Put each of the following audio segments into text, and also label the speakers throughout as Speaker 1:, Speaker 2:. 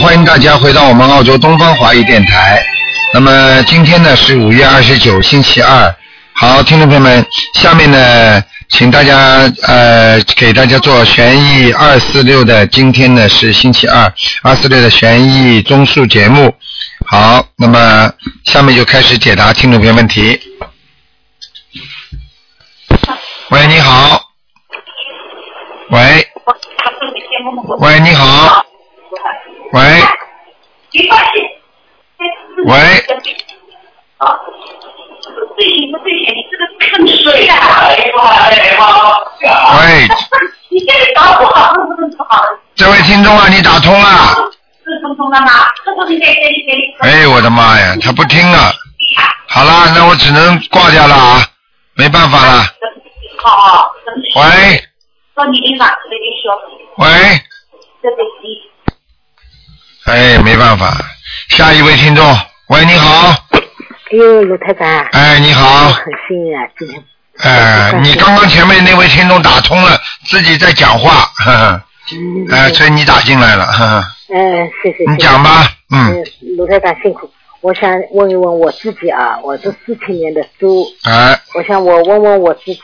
Speaker 1: 欢迎大家回到我们澳洲东方华语电台。那么今天呢是五月二十九，星期二。好，听众朋友们，下面呢，请大家呃给大家做悬疑二四六的，今天呢是星期二，二四六的悬疑综述节目。好，那么下面就开始解答听众朋友问题。喂，你好。喂，喂，你好。喂，喂，喂，
Speaker 2: 你现在搞不好，不不不好，
Speaker 1: 这位听众啊，你打通了？
Speaker 2: 是通通的吗？这不是在这里给你
Speaker 1: 哎，我的妈呀，他不听啊！
Speaker 2: 呀？
Speaker 1: 好啦，那我只能挂掉了啊，没办法了。
Speaker 2: 好，怎么
Speaker 1: 喂，
Speaker 2: 说你领导这里说，
Speaker 1: 喂，
Speaker 2: 这个你
Speaker 1: 哎，没办法。下一位听众，喂，你好，
Speaker 3: 哎呦，卢台长，
Speaker 1: 哎，你
Speaker 3: 我
Speaker 1: 好，
Speaker 3: 很幸运啊，今天
Speaker 1: 哎，你刚刚前面那位听众打通了，自己在讲话， 呵呵
Speaker 3: 嗯，
Speaker 1: 哎，所以你打进来了， 呵呵
Speaker 3: 嗯，谢谢，
Speaker 1: 你讲吧，
Speaker 3: 谢
Speaker 1: 嗯，
Speaker 3: 谢，嗯，卢台长辛苦，我想问一问我自己啊，我是四七年的猪，
Speaker 1: 哎，
Speaker 3: 我想我问问我自己，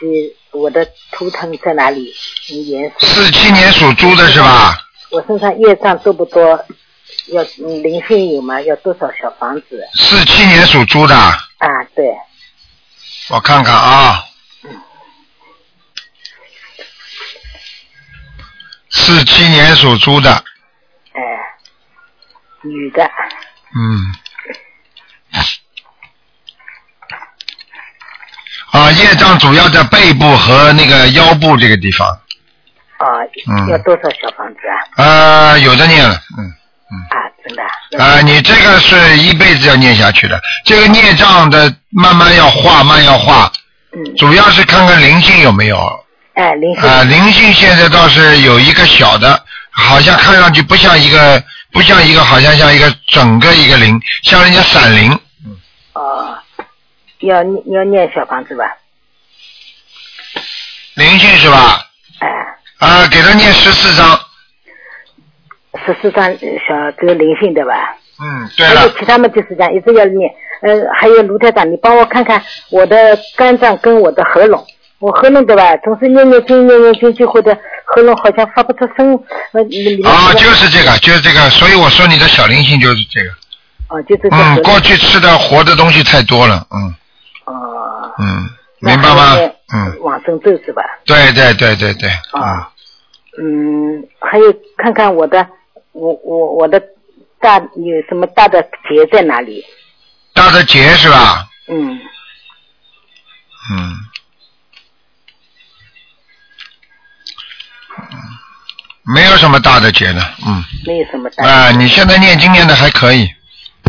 Speaker 3: 我的图腾在哪里？你颜色，
Speaker 1: 四七年属猪的是吧？
Speaker 3: 我身上业障多不多？要嗯灵性有吗？要多少小房子？
Speaker 1: 四七年属猪的，
Speaker 3: 啊，对，
Speaker 1: 我看看啊，四七年属猪的，
Speaker 3: 哎、女的，
Speaker 1: 嗯，啊，业障主要在背部和那个腰部这个地方，
Speaker 3: 啊，
Speaker 1: 嗯
Speaker 3: 要多少小房子啊？
Speaker 1: 呃，有的念了，嗯，
Speaker 3: 啊，真的啊，
Speaker 1: 啊、你这个是一辈子要念下去的，这个孽障的慢慢要化，慢要化，
Speaker 3: 嗯，
Speaker 1: 主要是看看灵性有没有，
Speaker 3: 哎、灵性，
Speaker 1: 啊，灵性现在倒是有一个小的，好像看上去不像一个，不像一个，好像像一个整个一个灵，像人家闪灵。
Speaker 3: 哦，要念要念小房子吧？
Speaker 1: 灵性是吧？
Speaker 3: 哎、
Speaker 1: 啊，给他念十四章。
Speaker 3: 十四张呃小这个灵性对吧？
Speaker 1: 嗯，对
Speaker 3: 还有
Speaker 1: 了，
Speaker 3: 其他们就是这样，一直要念。呃，还有卢台长，你帮我看看我的肝脏跟我的喉咙，我喉咙对吧？总是念念经念念经，就或者喉咙好像发不出声，呃，里面
Speaker 1: 啊，就是这个，就是这个，所以我说你的小灵性就是这个。
Speaker 3: 哦，就是这
Speaker 1: 嗯，
Speaker 3: 个
Speaker 1: 过去吃的活的东西太多了，嗯
Speaker 3: 哦，
Speaker 1: 嗯，
Speaker 3: 那
Speaker 1: 明白吗
Speaker 3: 还有念？
Speaker 1: 嗯，
Speaker 3: 往生咒是吧？
Speaker 1: 对对对对对，
Speaker 3: 啊，嗯，还有看看我的，我我我的大有什么大的结在哪里？
Speaker 1: 大的劫是吧？
Speaker 3: 嗯，
Speaker 1: 嗯。没有什么大的劫的，嗯，
Speaker 3: 没有什么大的
Speaker 1: 啊、你现在念经念的还可以，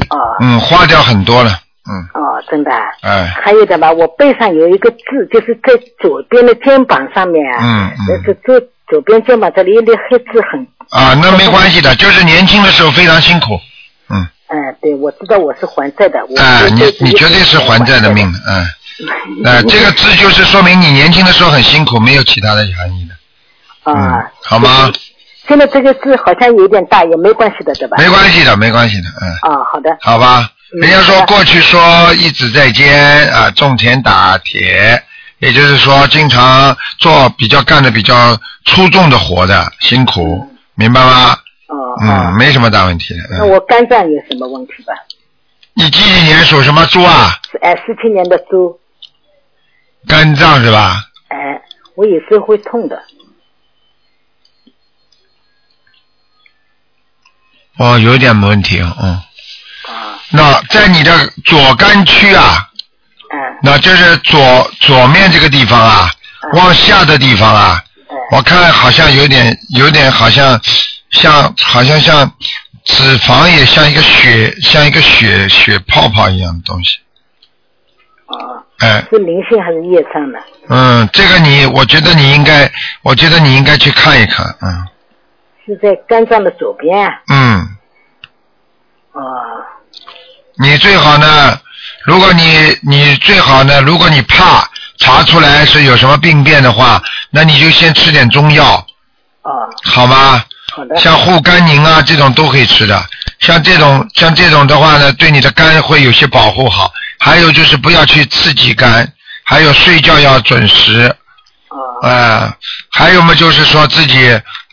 Speaker 3: 哦
Speaker 1: 嗯，花掉很多了，嗯，
Speaker 3: 哦，真的啊。
Speaker 1: 哎，
Speaker 3: 还有的吧，我背上有一个痣，就是在左边的肩膀上面啊，
Speaker 1: 嗯嗯
Speaker 3: 呃，是左左边肩膀这里有点黑痣痕。
Speaker 1: 啊，那没关系的，就是年轻的时候非常辛苦，嗯，
Speaker 3: 嗯，对，我知道我是还债的。我
Speaker 1: 啊、
Speaker 3: 我
Speaker 1: 你
Speaker 3: 这
Speaker 1: 你绝对是还债的命。的，嗯，那、这个字就是说明你年轻的时候很辛苦，没有其他的含义的，
Speaker 3: 啊
Speaker 1: 嗯，，好吗？
Speaker 3: 现在这个痣好像有点大，也没关系的，对吧？
Speaker 1: 没关系的，没关系的，嗯，
Speaker 3: 啊，好的，
Speaker 1: 好吧。
Speaker 3: 嗯
Speaker 1: 人家说
Speaker 3: 好的
Speaker 1: 过去说一子在肩啊，种田打铁，也就是说经常做比较干的比较粗重的活的，辛苦，明白吗？
Speaker 3: 哦，
Speaker 1: 嗯，
Speaker 3: 哦
Speaker 1: 没什么大问题的。
Speaker 3: 那
Speaker 1: 嗯，
Speaker 3: 我肝脏有什么问题吧？
Speaker 1: 你几几年属什么猪啊？
Speaker 3: 是哎，十七年的猪，
Speaker 1: 肝脏是吧？
Speaker 3: 哎，我有时候会痛的。
Speaker 1: 哦，有点问题，嗯。
Speaker 3: 啊，
Speaker 1: 那在你的左肝区啊，
Speaker 3: 嗯，
Speaker 1: 那就是左左面这个地方啊，往下的地方啊，
Speaker 3: 哎，
Speaker 1: 我看好像有点，有点好像像，好像像脂肪也像一个血，像一个血血泡泡一样的东西。
Speaker 3: 啊，
Speaker 1: 哎，
Speaker 3: 是灵性还是业障呢？
Speaker 1: 嗯，这个你，我觉得你应该，我觉得你应该去看一看，嗯
Speaker 3: 是在肝脏的左边啊。
Speaker 1: 嗯，
Speaker 3: 哦，
Speaker 1: 你最好呢，如果你你最好呢，如果你怕查出来是有什么病变的话，那你就先吃点中药，
Speaker 3: 哦，
Speaker 1: 好吗？
Speaker 3: 好的，
Speaker 1: 像护肝宁啊这种都可以吃的。像这种像这种的话呢，对你的肝会有些保护好。还有就是不要去刺激肝，还有睡觉要准时。
Speaker 3: 啊，
Speaker 1: 呃，还有嘛，就是说自己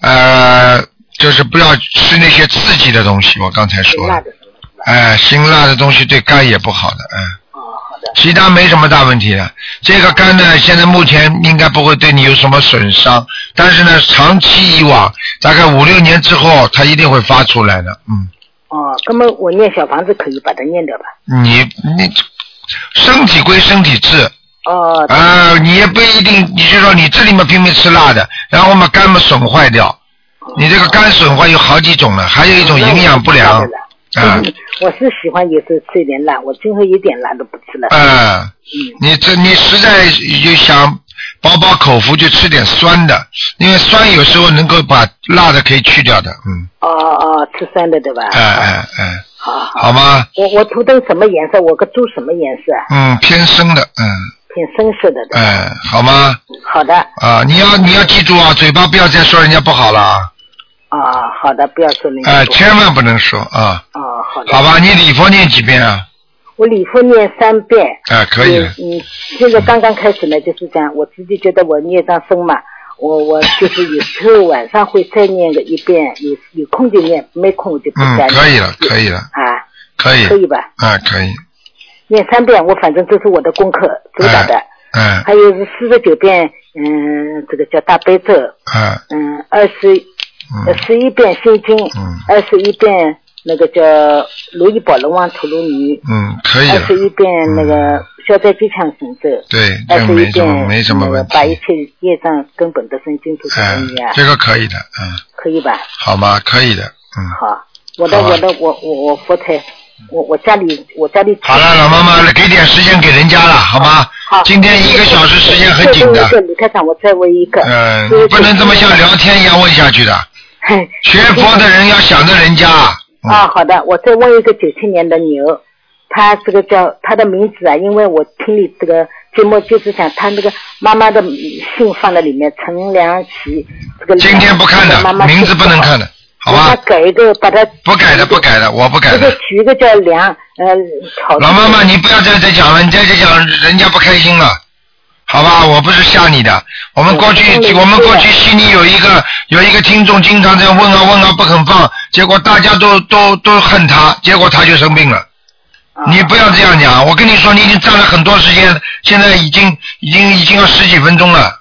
Speaker 1: 呃，就是不要吃那些刺激的东西。我刚才说
Speaker 3: 辣
Speaker 1: 了，
Speaker 3: 的什么是吧？
Speaker 1: 哎、辛辣的东西对肝也不好的，嗯、
Speaker 3: 啊，好的，
Speaker 1: 其他没什么大问题的。这个肝呢，现在目前应该不会对你有什么损伤，但是呢，长期以往，大概五六年之后，它一定会发出来的。嗯，
Speaker 3: 哦，那么我念小房子可以把它念掉吧？
Speaker 1: 你你身体归身体治，
Speaker 3: 哦，
Speaker 1: 啊，你也不一定，你就说你这里面拼命吃辣的，然后嘛肝嘛损坏掉，你这个肝损坏有好几种了，还有一种营养不良
Speaker 3: 那我就知道
Speaker 1: 啊
Speaker 3: 了。嗯 我是喜欢有时候吃一点辣，我今后一点辣都不吃了。
Speaker 1: 啊，
Speaker 3: 嗯，
Speaker 1: 你这你实在就想饱饱口福就吃点酸的，因为酸有时候能够把辣的可以去掉的，嗯，
Speaker 3: 哦哦，吃酸的对吧？
Speaker 1: 哎哎哎，
Speaker 3: 好好。
Speaker 1: 好吗？
Speaker 3: 我我图腾什么颜色？我个猪什么颜色啊？
Speaker 1: 嗯，偏生的，嗯，
Speaker 3: 偏深色的对吧？
Speaker 1: 哎，好吗？
Speaker 3: 好的，
Speaker 1: 啊，你要你要记住啊，嘴巴不要再说人家不好了啊，
Speaker 3: 啊，好的，不要说明。
Speaker 1: 哎，千万不能说啊，
Speaker 3: 啊，好的。
Speaker 1: 好吧？你礼佛念几遍啊？
Speaker 3: 我礼佛念三遍。
Speaker 1: 啊，可以了。
Speaker 3: 嗯，嗯这个刚刚开始呢，就是讲我自己觉得我孽障深嘛，我我就是有时候晚上会再念个一遍，有有空就念，没空我就不
Speaker 1: 嗯
Speaker 3: 再，念。
Speaker 1: 可以了，可以了，
Speaker 3: 啊，
Speaker 1: 可以
Speaker 3: 可，以吧？
Speaker 1: 啊，可以，
Speaker 3: 念三遍，我反正这是我的功课主打的。
Speaker 1: 嗯
Speaker 3: 还有是四十九遍，嗯，这个叫大悲咒，
Speaker 1: 嗯
Speaker 3: 嗯，二十
Speaker 1: 嗯
Speaker 3: 十一遍心经
Speaker 1: 嗯，
Speaker 3: 二十一遍那个叫如意宝龙王陀罗尼，
Speaker 1: 嗯，可以
Speaker 3: 二
Speaker 1: 了，
Speaker 3: 十一遍那个消灾吉祥神咒，
Speaker 1: 嗯对，
Speaker 3: 二
Speaker 1: 这
Speaker 3: 十
Speaker 1: 没
Speaker 3: 一
Speaker 1: 什么
Speaker 3: 遍
Speaker 1: 没什么
Speaker 3: 那个
Speaker 1: 问题
Speaker 3: 把，一切业障根本的身净土的
Speaker 1: 哎
Speaker 3: 真理啊，
Speaker 1: 这个可以的，嗯，
Speaker 3: 可以吧？
Speaker 1: 好吗？可以的，嗯，
Speaker 3: 好，我的
Speaker 1: 好啊
Speaker 3: 我的我我我佛台，我我家里我家里
Speaker 1: 好了，老妈妈，给点时间给人家了，好吗？
Speaker 3: 好
Speaker 1: 今天一个小时时间很紧
Speaker 3: 最
Speaker 1: 的
Speaker 3: 后一，个卢台长，我再问一个，
Speaker 1: 嗯
Speaker 3: 就是，
Speaker 1: 不能这么像聊天一样问下去的。 学佛的人要想着人家，嗯
Speaker 3: 啊，好的，我再问一个九七年的牛，他这个叫他的名字啊，因为我听你这个节目就是想他那个妈妈的姓放在里面，陈良琪这个
Speaker 1: 今天不看
Speaker 3: 这个妈
Speaker 1: 的，
Speaker 3: 妈
Speaker 1: 名字不能看
Speaker 3: 的，
Speaker 1: 的，好
Speaker 3: 妈妈
Speaker 1: 吧？
Speaker 3: 改一个，把它
Speaker 1: 不改的，不改的，我不改
Speaker 3: 这
Speaker 1: 的
Speaker 3: 个。取一个叫梁呃草字
Speaker 1: 老妈妈，你不要再再讲了，你再再讲人家不开心了，好吧？我不是吓你的。我们过去
Speaker 3: 我听了
Speaker 1: 我们过去
Speaker 3: 对
Speaker 1: 悉尼有一个有一个听众经常这样问啊问啊不肯放，结果大家都都都恨他，结果他就生病了。
Speaker 3: 啊
Speaker 1: 你不要这样讲，我跟你说，你已经站了很多时间，现在已经已经已经要十几分钟了，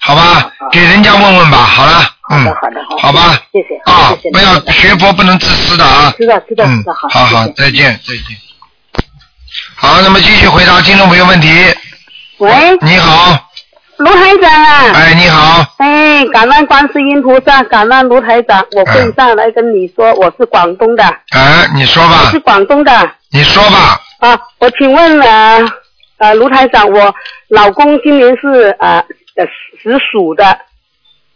Speaker 1: 好吧？给人家问问吧，好了，
Speaker 3: 好
Speaker 1: 嗯
Speaker 3: 啊的，好的好的
Speaker 1: 好吧，
Speaker 3: 谢谢
Speaker 1: 啊
Speaker 3: 谢谢，
Speaker 1: 不要
Speaker 3: 谢谢
Speaker 1: 学佛不能自私的啊，
Speaker 3: 知道知道
Speaker 1: 嗯
Speaker 3: 知道，好
Speaker 1: 好好
Speaker 3: 谢，谢
Speaker 1: 再见，再见。好，那么继续回答听众朋友问题。
Speaker 4: 喂，
Speaker 1: 你好，
Speaker 4: 卢台长
Speaker 3: 嗯
Speaker 4: 啊！
Speaker 1: 哎，你好，
Speaker 4: 哎，感恩观世音菩萨，感恩卢台长。我跪下来跟你说，我是广东的，
Speaker 1: 哎，你说
Speaker 4: 我
Speaker 1: 吧
Speaker 3: 嗯
Speaker 4: 是，广东的
Speaker 1: 你说吧，
Speaker 4: 啊。我请问呃呃，卢台长，我老公今年是呃呃属鼠的，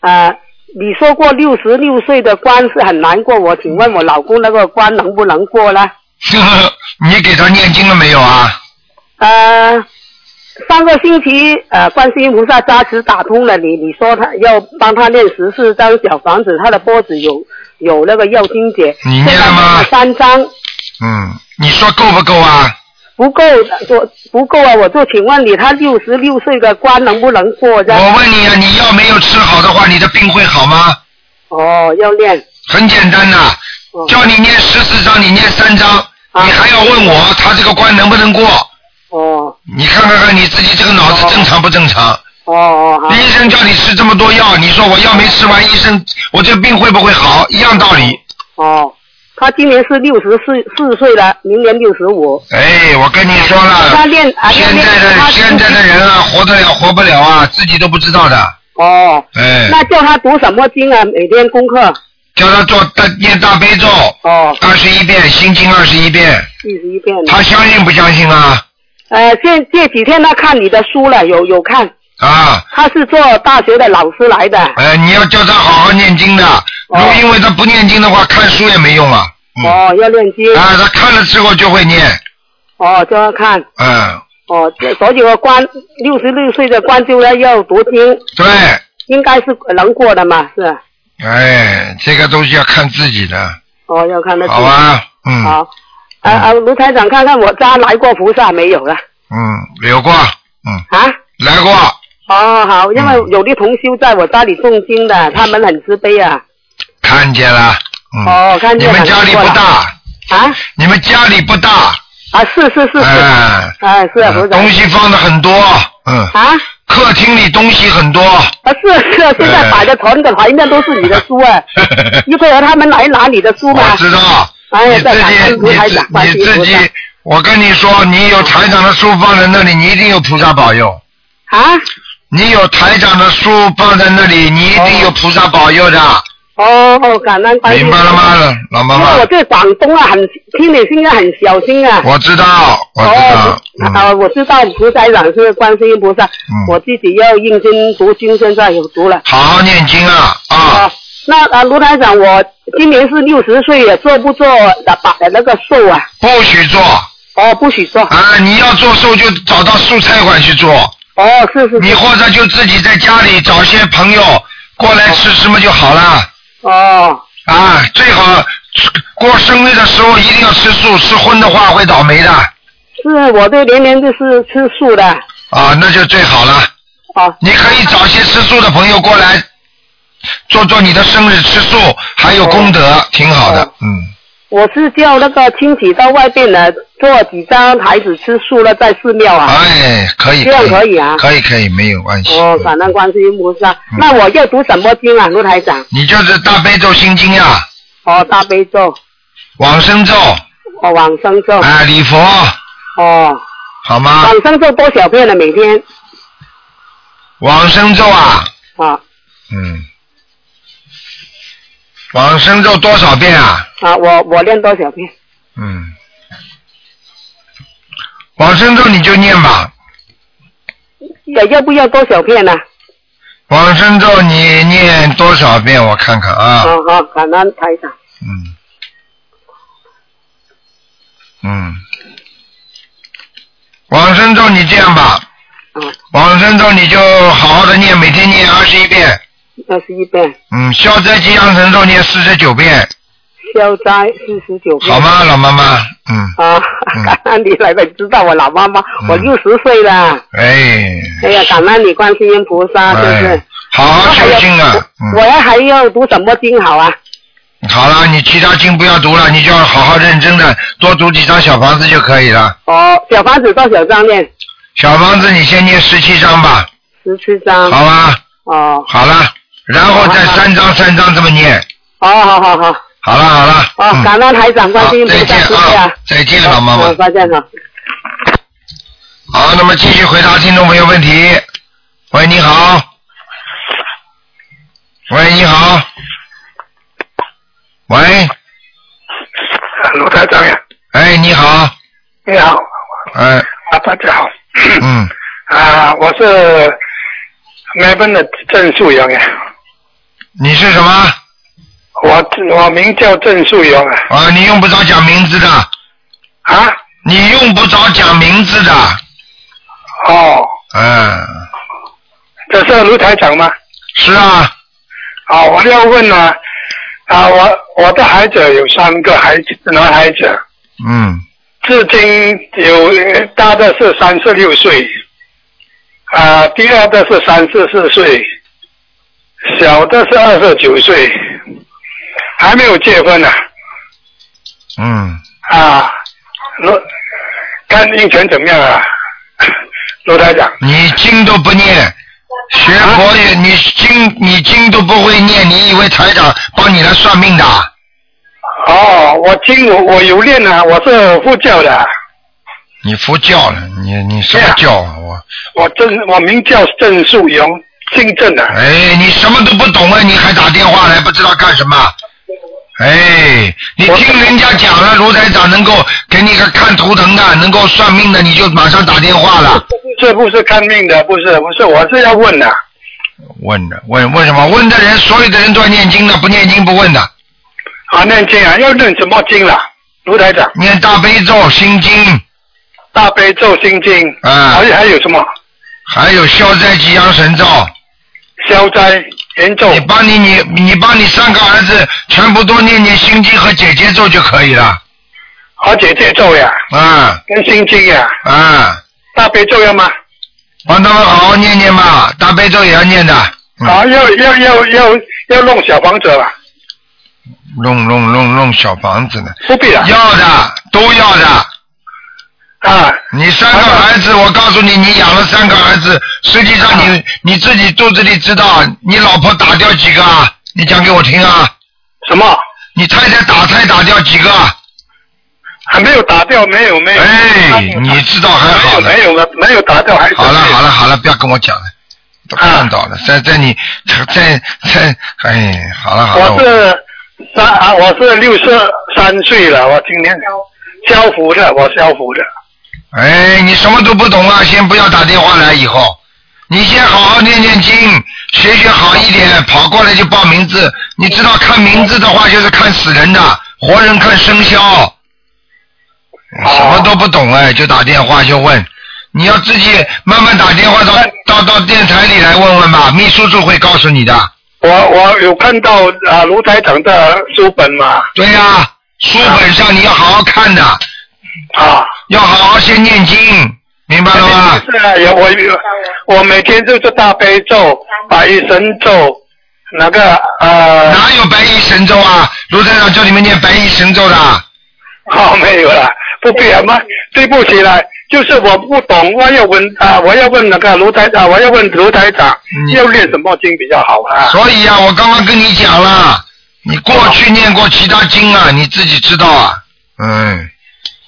Speaker 4: 呃，你说过六十六岁的关是很难过，我请问我老公那个关能不能过呢？
Speaker 1: 你给他念经了没有啊？
Speaker 4: 呃，上个星期呃，观世音菩萨加持打通了你，你说他要帮他念十四张小房子，他的脖子有有那个药精解，
Speaker 1: 你念了
Speaker 4: 现
Speaker 1: 吗
Speaker 4: 在还有三张
Speaker 1: 嗯，你说够不够啊？
Speaker 4: 不够，我不够啊！我就请问你，他六十六岁的关能不能过这样？
Speaker 3: 嗯
Speaker 1: 我问你啊，你药没有吃好的话，你的病会好吗？
Speaker 4: 哦，要念。
Speaker 1: 很简单呐、
Speaker 3: 嗯
Speaker 4: 哦
Speaker 1: 叫你念十四章，你念三章，
Speaker 4: 啊
Speaker 1: 你还要问我他这个关能不能过？
Speaker 4: 哦
Speaker 1: 你看看看你自己这个脑子正常不正常？
Speaker 4: 哦哦好
Speaker 1: 医生叫你吃这么多药，你说我药没吃完，医生我这病会不会好？一样道理。
Speaker 4: 哦，他今年是六十四四岁了，明年六十五。
Speaker 1: 哎，我跟你说
Speaker 4: 他
Speaker 1: 了，
Speaker 4: 练啊
Speaker 1: 现
Speaker 4: 练
Speaker 1: 在的
Speaker 4: 他
Speaker 1: 现在的人啊，活得了活不了啊，自己都不知道的。
Speaker 4: 哦，
Speaker 1: 哎，
Speaker 4: 那叫他读什么经啊？每天功课
Speaker 1: 叫他做大念大悲咒
Speaker 4: 哦，
Speaker 1: 二十一遍，心经二十一遍，
Speaker 4: 四十一遍。
Speaker 1: 他相信不相信啊？
Speaker 4: 呃，这这几天他看你的书了，有有看，
Speaker 1: 啊，
Speaker 4: 他是做大学的老师来的。
Speaker 1: 哎，你要叫他好好念经
Speaker 4: 哦
Speaker 1: 的，如果因为他不念经的话，看书也没用啊。嗯、啊，
Speaker 4: 哦，要练经。
Speaker 1: 他看了之后就会念，
Speaker 4: 哦，叫他看。
Speaker 1: 嗯，
Speaker 4: 哦，这所以我关六十六岁的关就要要读经，
Speaker 1: 对，
Speaker 4: 应该是能过的嘛，是吧。
Speaker 1: 哎，这个东西要看自己的，
Speaker 3: 哦，要看得清
Speaker 1: 好吧？嗯，
Speaker 3: 好，啊啊，卢台长，看看我家来过菩萨没有了
Speaker 1: 嗯，有过，嗯，
Speaker 3: 啊？
Speaker 1: 来过，
Speaker 3: 哦，好，
Speaker 1: 嗯
Speaker 3: 因为有的同修在我家里诵经的，他们很慈悲啊。
Speaker 1: 看见了，嗯，
Speaker 3: 哦，看
Speaker 1: 你
Speaker 3: 见
Speaker 1: 们
Speaker 3: 很
Speaker 1: 家里不大，
Speaker 3: 啊
Speaker 1: 你们家里不大，
Speaker 3: 啊，是是是是，
Speaker 1: 哎，
Speaker 3: 哎是啊
Speaker 1: 嗯
Speaker 3: 菩萨
Speaker 1: 东西放的很多，嗯，
Speaker 3: 啊
Speaker 1: 客厅里东西很多，
Speaker 3: 啊是是，现在摆的床的怀面都是你的书 啊，一会儿他们来拿你的书嘛。
Speaker 1: 我知道，
Speaker 3: 哎
Speaker 1: 你
Speaker 3: 呀，
Speaker 1: 自
Speaker 3: 再感恩卢
Speaker 1: 己
Speaker 3: 台长，
Speaker 1: 你
Speaker 3: 观
Speaker 1: 自你
Speaker 3: 世音
Speaker 1: 自
Speaker 3: 菩萨
Speaker 1: 己，我跟你说，你有台长的书放在那里，你一定有菩萨保佑。
Speaker 3: 啊，
Speaker 1: 你有台长的书放在那里，你一定有菩萨保佑的，
Speaker 3: 哦哦，感恩观世音
Speaker 1: 明
Speaker 3: 菩
Speaker 1: 白
Speaker 3: 萨
Speaker 1: 了吗，老妈
Speaker 3: 因
Speaker 1: 妈
Speaker 3: 为？我对广东啊很听你声音很小心啊。
Speaker 1: 我知道，我知道
Speaker 3: 哦，，
Speaker 1: 嗯，
Speaker 3: 啊，我知道菩萨长是观世音菩萨，
Speaker 1: 嗯
Speaker 3: 我自己要认真读经，现在有读了。
Speaker 1: 好好念经啊啊
Speaker 3: 啊，，那啊，卢台长，我今年是六十岁了，做不做的把那个寿啊？
Speaker 1: 不许做
Speaker 3: 哦，不许做。
Speaker 1: 啊！你要做寿就找到素菜馆去做，
Speaker 3: 哦，是是
Speaker 1: 你
Speaker 3: 是。
Speaker 1: 或者就自己在家里找些朋友过来吃吃嘛就好了
Speaker 3: 哦，
Speaker 1: 啊！最好过生日的时候一定要吃素，吃荤的话会倒霉的
Speaker 3: 是我这年年就是吃素的。
Speaker 1: 啊，那就最好了。
Speaker 3: 哦
Speaker 1: 你可以找些吃素的朋友过来，做做你的生日吃素，还有功德，挺好的。嗯，
Speaker 3: 我是叫那个亲戚到外边呢，做几张台子吃素了，在寺庙啊。
Speaker 1: 哎，可以，
Speaker 3: 这样可以啊
Speaker 1: 可以可以，没有关系。
Speaker 3: 哦，感恩观世音菩萨。
Speaker 1: 嗯
Speaker 3: 那我要读什么经啊，卢台长？
Speaker 1: 你就是大悲咒心经呀、
Speaker 3: 哦，大悲咒，
Speaker 1: 往生咒，
Speaker 3: 哦，往生咒，
Speaker 1: 哎，礼佛，
Speaker 3: 哦，
Speaker 1: 好吗？
Speaker 3: 往生咒多少遍了？每天
Speaker 1: 往生咒啊，
Speaker 3: 啊
Speaker 1: 嗯，往生咒多少遍啊？
Speaker 3: 啊，我我练多少遍？
Speaker 1: 嗯，往生咒你就念吧，
Speaker 3: 要要不要多少遍呢、
Speaker 1: 往生咒你念多少遍？我看看啊。
Speaker 3: 哦好，感恩台长。
Speaker 1: 嗯，嗯，往生咒你这样吧，
Speaker 3: 啊，
Speaker 1: 往生咒你就好好的念，每天念二十一遍。
Speaker 3: 二十一遍，
Speaker 1: 嗯，消灾吉祥神咒念四十九遍，
Speaker 3: 消灾四十九遍。
Speaker 1: 好？吗，老妈妈？嗯，
Speaker 3: 啊
Speaker 1: 嗯，
Speaker 3: 感恩你来了，知道我老妈妈，
Speaker 1: 嗯
Speaker 3: 我六十岁了。
Speaker 1: 哎，
Speaker 3: 哎呀，感恩你观世音菩萨，是不是
Speaker 1: 哎？，好
Speaker 3: 啊那
Speaker 1: 好
Speaker 3: 还
Speaker 1: 修
Speaker 3: 要
Speaker 1: 心啊。
Speaker 3: 我
Speaker 1: 嗯，
Speaker 3: 要还要读什么经好啊？
Speaker 1: 好了，你其他经不要读了，你就要好好认真的多读几张小房子就可以了。
Speaker 3: 哦，小房子多少张念？
Speaker 1: 小房子你先念十七张吧，
Speaker 3: 十七张。
Speaker 1: 好吧？
Speaker 3: 哦，
Speaker 1: 好了，然后再三张三张这么念。
Speaker 3: 好好好好，
Speaker 1: 好了好了，
Speaker 3: 哦，
Speaker 1: 嗯
Speaker 3: 感恩台长，观
Speaker 1: 好
Speaker 3: 世音菩
Speaker 1: 再见
Speaker 3: 萨，谢谢
Speaker 1: 啊
Speaker 3: 啊。，
Speaker 1: 再见老妈妈
Speaker 3: 好。再见啊了。
Speaker 1: 好，那么继续回答听众朋友问题。喂，你好。喂，你好。喂，
Speaker 5: 卢台长呀，
Speaker 1: 哎，你好，
Speaker 5: 你好，
Speaker 1: 哎，
Speaker 5: 啊，大家好，
Speaker 1: 嗯，
Speaker 5: 啊，我是梅奔的郑树勇呀，
Speaker 1: 你是什么？
Speaker 5: 我我名叫郑树勇啊，
Speaker 1: 啊，你用不着讲名字的，
Speaker 5: 啊，
Speaker 1: 你用不着讲名字的，
Speaker 5: 哦，
Speaker 1: 嗯，
Speaker 5: 这是卢台长吗？
Speaker 1: 是啊，
Speaker 5: 啊，我要问啊，啊，我我的孩子有三个孩子，男孩子，
Speaker 1: 嗯，
Speaker 5: 至今有呃大的是三十六岁，啊，第二的是三十四岁，小的是二十九岁，还没有结婚呢、
Speaker 1: 嗯，
Speaker 5: 啊，罗，看应权怎么样啊？ 罗台长，
Speaker 1: 你经都不念，学佛也你经你经都不会念，你以为台长帮你来算命的？
Speaker 5: 哦，我经我我有练啊，我是佛教的，
Speaker 1: 你佛教了，你你什么教啊？我
Speaker 5: 我郑我名叫郑树勇，姓郑啊的。
Speaker 1: 哎，你什么都不懂啊！你还打电话来，不知道干什么？哎，你
Speaker 5: 我
Speaker 1: 听人家讲了，卢台长能够给你个看图腾的，能够算命的，你就马上打电话了。
Speaker 5: 这不是看命的，不是不是，我是要问啊的、
Speaker 1: 问的问问什么？问的人，所有的人都要念经的，不念经不问的。
Speaker 5: 啊，念经啊，要念什么经了？卢台长，
Speaker 1: 念大悲咒、心经
Speaker 5: 大悲咒心经，
Speaker 1: 啊
Speaker 5: 还，有还有什么？
Speaker 1: 哦还有消灾吉祥神咒。
Speaker 5: 消灾严重
Speaker 1: 你帮你你你帮你三个儿子全部都念念心经和姐姐咒就可以了。
Speaker 5: 和姐姐咒呀，
Speaker 1: 啊
Speaker 5: 跟心经呀，
Speaker 1: 啊，
Speaker 5: 大悲咒要吗？
Speaker 1: 帮他们好好念念吧，大悲咒也要念的。嗯
Speaker 5: 啊，要要要要要弄小房子了，
Speaker 1: 弄弄弄弄小房子呢，
Speaker 5: 不必了。
Speaker 1: 要的都要的。
Speaker 5: 啊，
Speaker 1: 你三个儿子，我告诉你，你养了三个儿子，实际上
Speaker 5: 哎
Speaker 1: 你你自己肚子里知道，你老婆打掉几个啊？你讲给我听啊！
Speaker 5: 什么？
Speaker 1: 你太太打胎打掉几个啊？
Speaker 5: 还没有打掉，没有没有。
Speaker 1: 哎，你知道还
Speaker 5: 没
Speaker 1: 好
Speaker 5: 有
Speaker 1: 了。
Speaker 5: 没有了，没有打掉还是
Speaker 1: 好了
Speaker 5: 没有
Speaker 1: 好了好了，不要跟我讲了，都看到
Speaker 5: 啊
Speaker 1: 了，在在你在在哎，好了好了，
Speaker 5: 我是三啊，我是六十三岁了，我今年消福的，我消福的。
Speaker 1: 哎，你什么都不懂啊，先不要打电话来，以后你先好好念念经，学学好一点，跑过来就报名字。你知道看名字的话，就是看死人的，活人看生肖，什么都不懂哎，就打电话就问。你要自己慢慢打电话到到到电台里来问问吧，秘书处会告诉你的。
Speaker 5: 我我有看到啊卢台长的书本嘛
Speaker 1: 对呀、书本上你要好好看的，
Speaker 5: 啊，
Speaker 1: 要好好先念经，明白了吗？
Speaker 5: 是啊，有我有我每天就是大悲咒、白衣神咒，那个呃，
Speaker 1: 哪有白衣神咒啊？卢站长叫你们念白衣神咒的啊，
Speaker 5: 好哦没有了，不必了嘛，对不起了。就是我不懂，我要问啊，我要问那个卢台啊长，我要问卢台长
Speaker 1: 嗯，
Speaker 5: 要练什么经比较好啊？
Speaker 1: 所以啊，我刚刚跟你讲了，你过去念过其他经啊，你自己知道啊。嗯，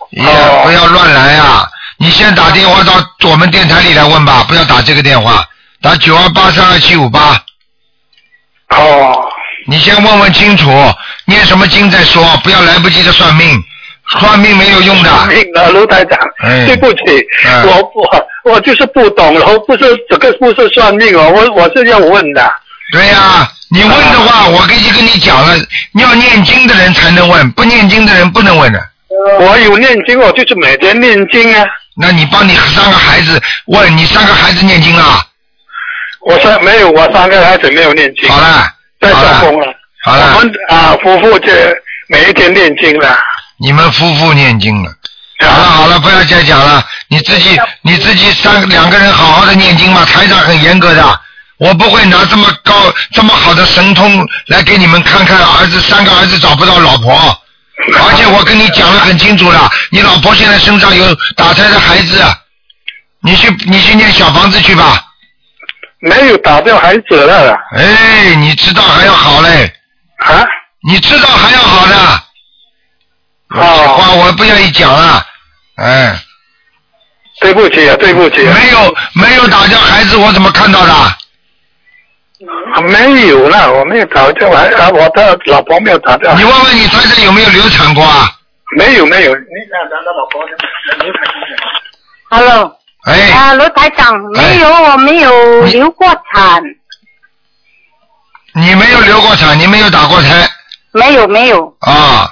Speaker 1: 也
Speaker 5: 哦
Speaker 1: 不要乱来啊！你先打电话到我们电台里来问吧，不要打这个电话，打九二八三二七五八，啊
Speaker 5: 哦，
Speaker 1: 你先问问清楚，念什么经再说，不要来不及的算命，算命没有用的。
Speaker 5: 命了，卢台长，
Speaker 1: 哎
Speaker 5: 对不起，
Speaker 1: 哎
Speaker 5: 我我我就是不懂，然后不是这个不是算命哦，我我是要问的。
Speaker 1: 对呀、你问的
Speaker 5: 啊
Speaker 1: 话，我已经跟你讲了，要念经的人才能问，不念经的人不能问的。
Speaker 5: 我有念经，我就是每天念经啊。
Speaker 1: 那你帮你三个孩子问你三个孩子念经了？
Speaker 5: 我三没有，我三个孩子没有念经，
Speaker 1: 好了，
Speaker 5: 在
Speaker 1: 好
Speaker 5: 做
Speaker 1: 了，
Speaker 5: 工了。
Speaker 1: 好
Speaker 5: 我
Speaker 1: 了，
Speaker 5: 们啊，夫妇这每一天念经了。
Speaker 1: 你们夫妇念经了。好了
Speaker 5: 啊，
Speaker 1: 好了，不要再讲了，你自己你自己三两个人好好的念经嘛，台长很严格的，我不会拿这么高这么好的神通来给你们看看儿子三个儿子找不到老婆，而且我跟你讲的很清楚了，你老婆现在身上有打胎的孩子，啊你去你去念小房子去吧，
Speaker 5: 没有打掉孩子了啦
Speaker 1: 哎，你知道还要好嘞，
Speaker 5: 啊？
Speaker 1: 你知道还要好的，
Speaker 5: 哦，
Speaker 1: 话我不愿意讲了，哎，
Speaker 5: 对不起啊，对不起啊，
Speaker 1: 没有没有打掉孩子我怎么看到的？
Speaker 5: 啊没有啦，我没有打掉孩啊，我的老婆没有打掉
Speaker 1: 你，问问你太太有没有流产过啊？
Speaker 5: 没有没有，你
Speaker 6: Hello，
Speaker 1: 哎，
Speaker 6: 啊，罗台长，没有，我没有流过产，
Speaker 1: 你没有流过产，你没有打过胎
Speaker 6: 没有没有，
Speaker 1: 啊？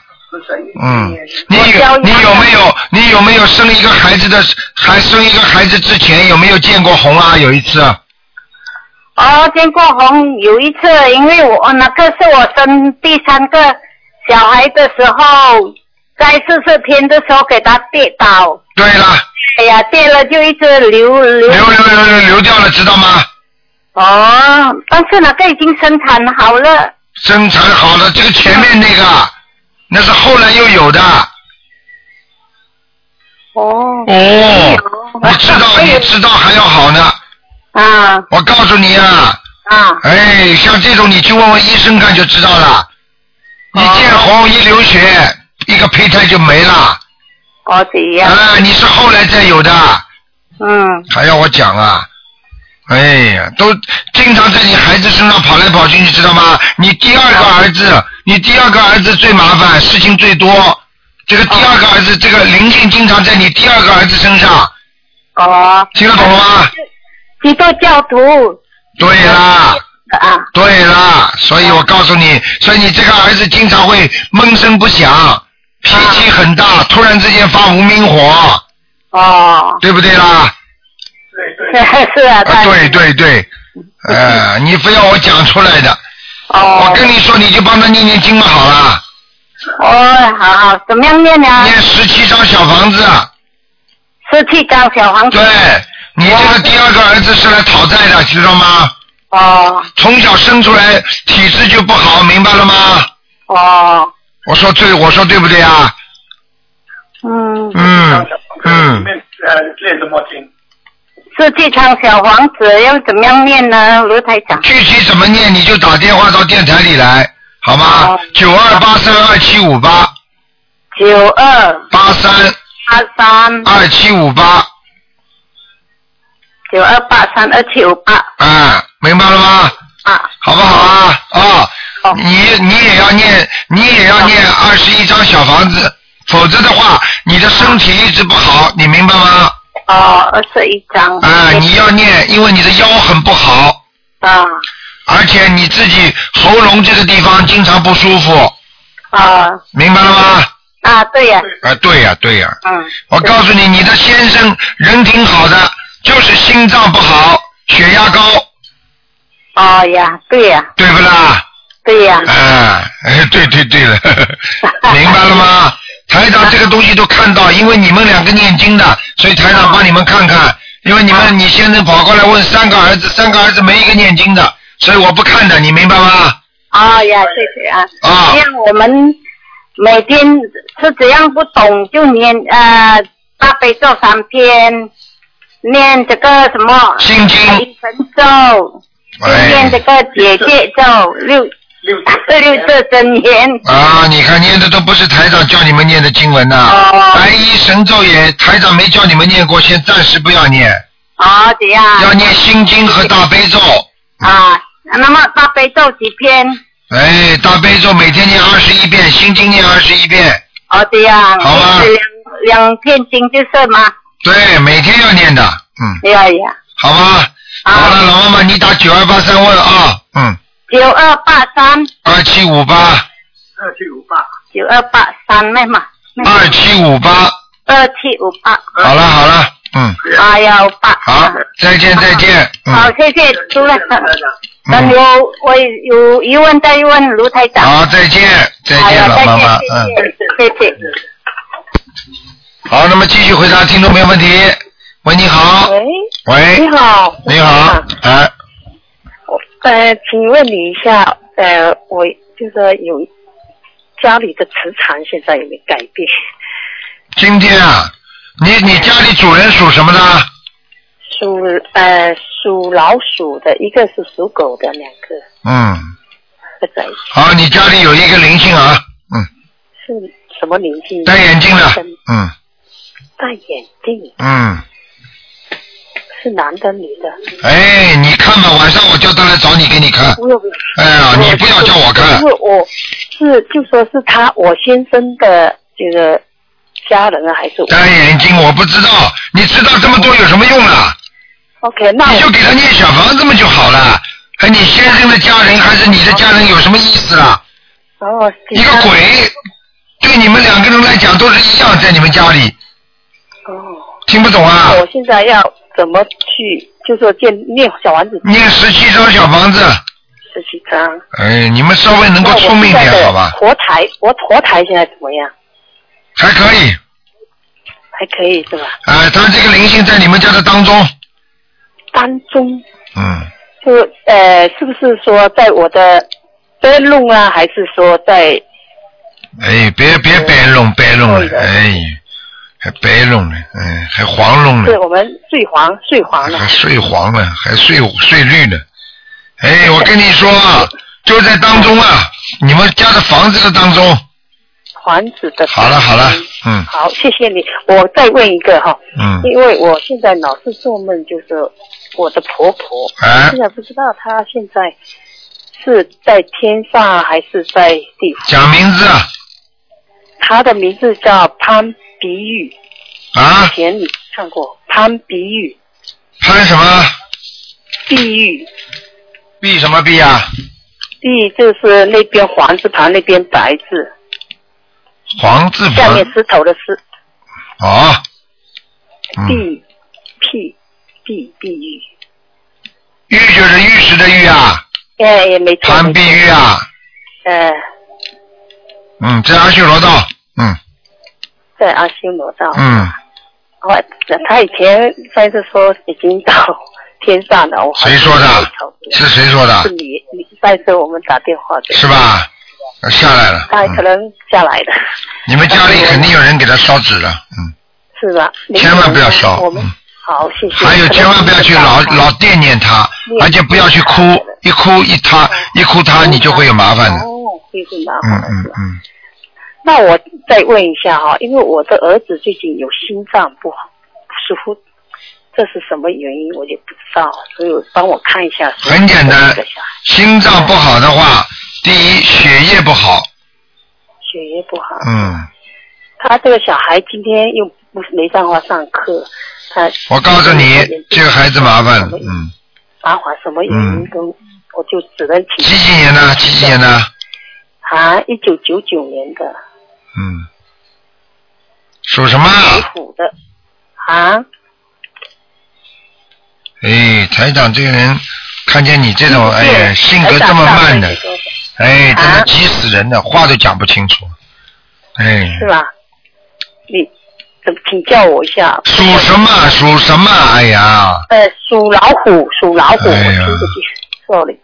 Speaker 1: 嗯，你
Speaker 6: 我教啊
Speaker 1: 有
Speaker 6: 育
Speaker 1: 你有没有你有没有生一个孩子的还生一个孩子之前有没有见过红啊？有一次啊，哎
Speaker 6: 哦，见过红有一次，因为我那个是我生第三个小孩的时候，在四十天的时候给他跌倒，
Speaker 1: 对了，
Speaker 6: 哎呀，跌了就一直流流。
Speaker 1: 流流流流流掉了，知道吗？
Speaker 6: 哦，但是那个已经生产好了，
Speaker 1: 生产好了，这个前面那个啊那是后来又有的
Speaker 6: 哦，
Speaker 1: 哦，
Speaker 6: 哎
Speaker 1: 你
Speaker 6: 呦
Speaker 1: 知道你知道还要好呢。
Speaker 7: 哦
Speaker 6: 啊
Speaker 1: 我告诉你啊，
Speaker 6: 啊，
Speaker 1: 哎，像这种你去问问医生看就知道了。一见红一流血，一个胚胎就没了。
Speaker 6: 哦这样，
Speaker 1: 啊，你是后来再有的，
Speaker 6: 嗯，
Speaker 1: 还要我讲啊？哎呀，都经常在你孩子身上跑来跑去，你知道吗？你第二个儿子，你第二个儿子最麻烦，事情最多。这个第二个儿子，这个灵性经常在你第二个儿子身上，
Speaker 6: 哦，
Speaker 1: 听得懂了吗？
Speaker 6: 基督教徒
Speaker 1: 对啦。
Speaker 6: 啊，
Speaker 1: 对啦，所以我告诉你，所以你这个儿子经常会闷声不响，脾气很大，突然之间发无名火，
Speaker 6: 哦。
Speaker 1: 对不对啦？
Speaker 6: 是啊，
Speaker 1: 啊，对对对，哎、你非要我讲出来的，
Speaker 7: 哦
Speaker 1: 我跟你说，你就帮他念念经嘛，好了，
Speaker 7: 哦，好好，怎么样念呢？
Speaker 3: 啊
Speaker 1: 念十七张小房子，啊
Speaker 7: 十七张小黄纸
Speaker 1: 对。你这个第二个儿子是来讨债的，知道吗？
Speaker 7: 哦
Speaker 1: 从小生出来体质就不好，明白了吗？
Speaker 7: 哦，
Speaker 1: 我说对，我说对不对啊？
Speaker 7: 嗯，
Speaker 1: 嗯嗯，
Speaker 5: 呃，念什么经？
Speaker 7: 十七张小黄纸要怎么样念呢？卢台长。
Speaker 1: 具体怎么念你就打电话到电台里来，好吗
Speaker 7: 哦？
Speaker 1: 九二八三二七五八
Speaker 7: 九二
Speaker 1: 八三
Speaker 7: 八三
Speaker 1: 二七五八，
Speaker 7: 九二八三二七五八
Speaker 1: 啊，明白了吗？
Speaker 7: 啊，
Speaker 1: 好不好啊？啊、
Speaker 7: 哦
Speaker 1: 你你也要念，你也要念二十一张小房子，否则的话，你的身体一直不好，你明白吗？
Speaker 7: 哦，二十一张。
Speaker 1: 啊，
Speaker 3: 嗯
Speaker 1: 你要念，因为你的腰很不好，
Speaker 7: 啊
Speaker 1: 而且你自己喉咙这个地方经常不舒服，
Speaker 7: 啊
Speaker 1: 明白了吗？
Speaker 7: 啊，对呀，
Speaker 1: 啊，对呀、对呀、
Speaker 7: 嗯，
Speaker 1: 我告诉你，你的先生人挺好的，就是心脏不好，血压高，
Speaker 7: 哦呀，对呀，
Speaker 1: 对不啦？
Speaker 7: 对呀，
Speaker 1: 啊，哎，对对对了， 明白了吗？台长这个东西都看到，因为你们两个念经的，所以台长帮你们看看。因为你们你先生跑过来问三个儿子，三个儿子没一个念经的，所以我不看的，你明白吗？
Speaker 7: 哦呀，谢谢啊。
Speaker 1: 啊
Speaker 7: 这样我们每天是怎样不懂就念呃大悲咒三篇，念这个什么
Speaker 1: 心经，
Speaker 7: 一神咒，就哎念这
Speaker 1: 哎，
Speaker 7: 个姐姐咒六
Speaker 5: 六
Speaker 7: 四六字真言。
Speaker 1: 啊，你看念的都不是台长教你们念的经文呐、
Speaker 7: 哦
Speaker 1: 白衣神咒也台长没教你们念过，先暂时不要念，
Speaker 7: 哦，这样
Speaker 1: 要念心经和大悲咒。
Speaker 7: 啊。那么大悲咒几篇？
Speaker 1: 哎，大悲咒每天念二十一遍，心经念二十一遍。
Speaker 7: 哦，这样，
Speaker 1: 好啊
Speaker 7: 一直两两片经就是嘛。
Speaker 1: 对，每天要念的，嗯，
Speaker 7: 哎呀呀，
Speaker 1: 好吧。
Speaker 7: 啊
Speaker 1: 好了，老妈妈，你打九二八三问啊，嗯，
Speaker 7: 九二八三，
Speaker 1: 二七五八，
Speaker 5: 二七五八，
Speaker 7: 九二八三妹嘛，
Speaker 1: 二七五八，
Speaker 7: 二七五八。
Speaker 1: 好了好了，嗯，
Speaker 7: 八幺八。
Speaker 1: 好，再见再见，
Speaker 7: 好
Speaker 1: 嗯，，
Speaker 7: 谢谢朱了。
Speaker 1: 嗯
Speaker 7: 那有我有疑问再问卢台长。
Speaker 1: 好，再见再
Speaker 7: 好
Speaker 1: 见，
Speaker 7: 了，
Speaker 1: 老
Speaker 7: 再
Speaker 1: 妈妈，嗯，
Speaker 7: 见，谢谢，谢谢。
Speaker 1: 好，那么继续回答听众朋友问题。喂，你好，
Speaker 3: 喂，
Speaker 1: 喂
Speaker 3: 哎你，好，
Speaker 1: 哎你好，哎，
Speaker 3: 我呃，请问你一下，呃，我就是有家里的磁场现在有没有改变？
Speaker 1: 今天啊，你你家里主人属什么呢？
Speaker 3: 属呃属老鼠的，一个是属狗的，两个
Speaker 1: 嗯，
Speaker 3: 合在一起，
Speaker 1: 好，你家里有一个灵性啊，嗯，
Speaker 3: 是什么灵性？
Speaker 1: 戴眼镜的，嗯
Speaker 3: 戴眼镜，
Speaker 1: 嗯。
Speaker 3: 是男的女的？
Speaker 1: 哎，你看吧，晚上我叫他来找你给你看。
Speaker 3: 不用。
Speaker 1: 哎呀，你不要叫我看
Speaker 3: 因，为我是就说是他我先生的这个家人啊，还是我
Speaker 1: 戴眼镜我不知道，你知道这么多有什么用啦？
Speaker 3: ？OK，那
Speaker 1: 你就
Speaker 3: 我
Speaker 1: 给他念小房子嘛就好了。还你先生的家人还是你的家人有什么意思啦？
Speaker 3: 哦，
Speaker 1: 一个鬼，对你们两个人来讲都是一样，在你们家里
Speaker 3: 哦。
Speaker 1: 听不懂啊？
Speaker 3: 我现在要怎么去，就说建念小丸子
Speaker 1: 念十七张小房子，
Speaker 3: 十七张。
Speaker 1: 哎，你们稍微能够
Speaker 3: 那我
Speaker 1: 聪明
Speaker 3: 现在
Speaker 1: 点
Speaker 3: 的
Speaker 1: 好吧？
Speaker 3: 佛台，我佛台现在怎么样？
Speaker 1: 还可以，
Speaker 3: 还可以是吧？
Speaker 1: 哎，他这个灵性在你们家的当中，
Speaker 3: 当中
Speaker 1: 嗯，
Speaker 3: 就呃，是不是说在我的灯笼啊，还是说在
Speaker 1: 哎，别别白弄白弄了，哎，还白弄了，嗯，还黄弄
Speaker 3: 是
Speaker 1: 了，
Speaker 3: 我们睡黄睡黄呢
Speaker 1: 还？睡黄了，还睡睡绿了，哎，我跟你说啊，就在当中啊，你们家的房子的当中。
Speaker 3: 房子的。
Speaker 1: 好了好了，嗯
Speaker 3: 好，谢谢你。我再问一个哈，
Speaker 1: 嗯，
Speaker 3: 因为我现在老是做梦，就是我的婆婆，
Speaker 1: 哎
Speaker 3: 现在不知道她现在是在天上还是在地府。
Speaker 1: 讲名字啊
Speaker 3: 她的名字叫潘碧玉，
Speaker 1: 啊
Speaker 3: 以，前你看过潘碧玉，
Speaker 1: 潘什么？
Speaker 3: 碧玉，
Speaker 1: 碧什么碧啊？
Speaker 3: 碧就是那边黄字旁那边白字，
Speaker 1: 黄字
Speaker 3: 下
Speaker 1: 旁
Speaker 3: 面石头的石，
Speaker 1: 哦，嗯，
Speaker 3: 碧，碧，碧碧玉，
Speaker 1: 玉就是玉食的欲啊，
Speaker 3: 哎，也没错。
Speaker 1: 贪
Speaker 3: 没
Speaker 1: 必欲啊，
Speaker 3: 错呃，
Speaker 1: 嗯，在阿修罗道，嗯
Speaker 3: 在阿修罗道。
Speaker 1: 嗯，
Speaker 3: 我他以前上次说已经到天上了，我还
Speaker 1: 谁说的是谁说
Speaker 3: 是
Speaker 1: 的？
Speaker 3: 你，你上次我们打电话的，
Speaker 1: 是吧？呃下来了，啊
Speaker 3: 他可
Speaker 1: 嗯、
Speaker 3: 能下来的，
Speaker 1: 你们家里肯定有人给他烧纸了，嗯，
Speaker 3: 是吧？
Speaker 1: 千万不要烧
Speaker 3: 我们
Speaker 1: 嗯
Speaker 3: 好，谢谢。
Speaker 1: 还有千万不要去老老惦念他，而且不要去哭，一哭一他一哭他你就会有麻烦的，
Speaker 3: 哦，会有麻
Speaker 1: 嗯
Speaker 3: 烦的。
Speaker 1: 嗯
Speaker 3: 是吧
Speaker 1: 嗯，
Speaker 3: 那我再问一下哈，因为我的儿子最近有心脏不好不舒服，这是什么原因我也不知道，所以帮我看一下。
Speaker 1: 很简单心脏不好的话，第一血液不好，
Speaker 3: 血液不好。
Speaker 1: 嗯，
Speaker 3: 他这个小孩今天又不没办法上课，他
Speaker 1: 我告诉你，这个孩子麻烦了，嗯，
Speaker 3: 麻烦什么原因
Speaker 1: 嗯
Speaker 3: 跟、我就只能请
Speaker 1: 几几年的？几几年的？
Speaker 3: 啊，一九九九年的
Speaker 1: 嗯，属什么啊？
Speaker 3: 属虎的啊，
Speaker 1: 哎，台长这个人，看见你这种，哎呀，性格这么慢的
Speaker 3: 台，长上次
Speaker 1: 哎，真的
Speaker 3: 啊
Speaker 1: 急死人了，话都讲不清楚，哎，
Speaker 3: 是吧？你怎么请教我一下？
Speaker 1: 属什么？属什么？哎呀，
Speaker 3: 呃，属老虎，属老虎，
Speaker 1: 哎
Speaker 3: 我
Speaker 1: 呀
Speaker 3: 听不清，sorry。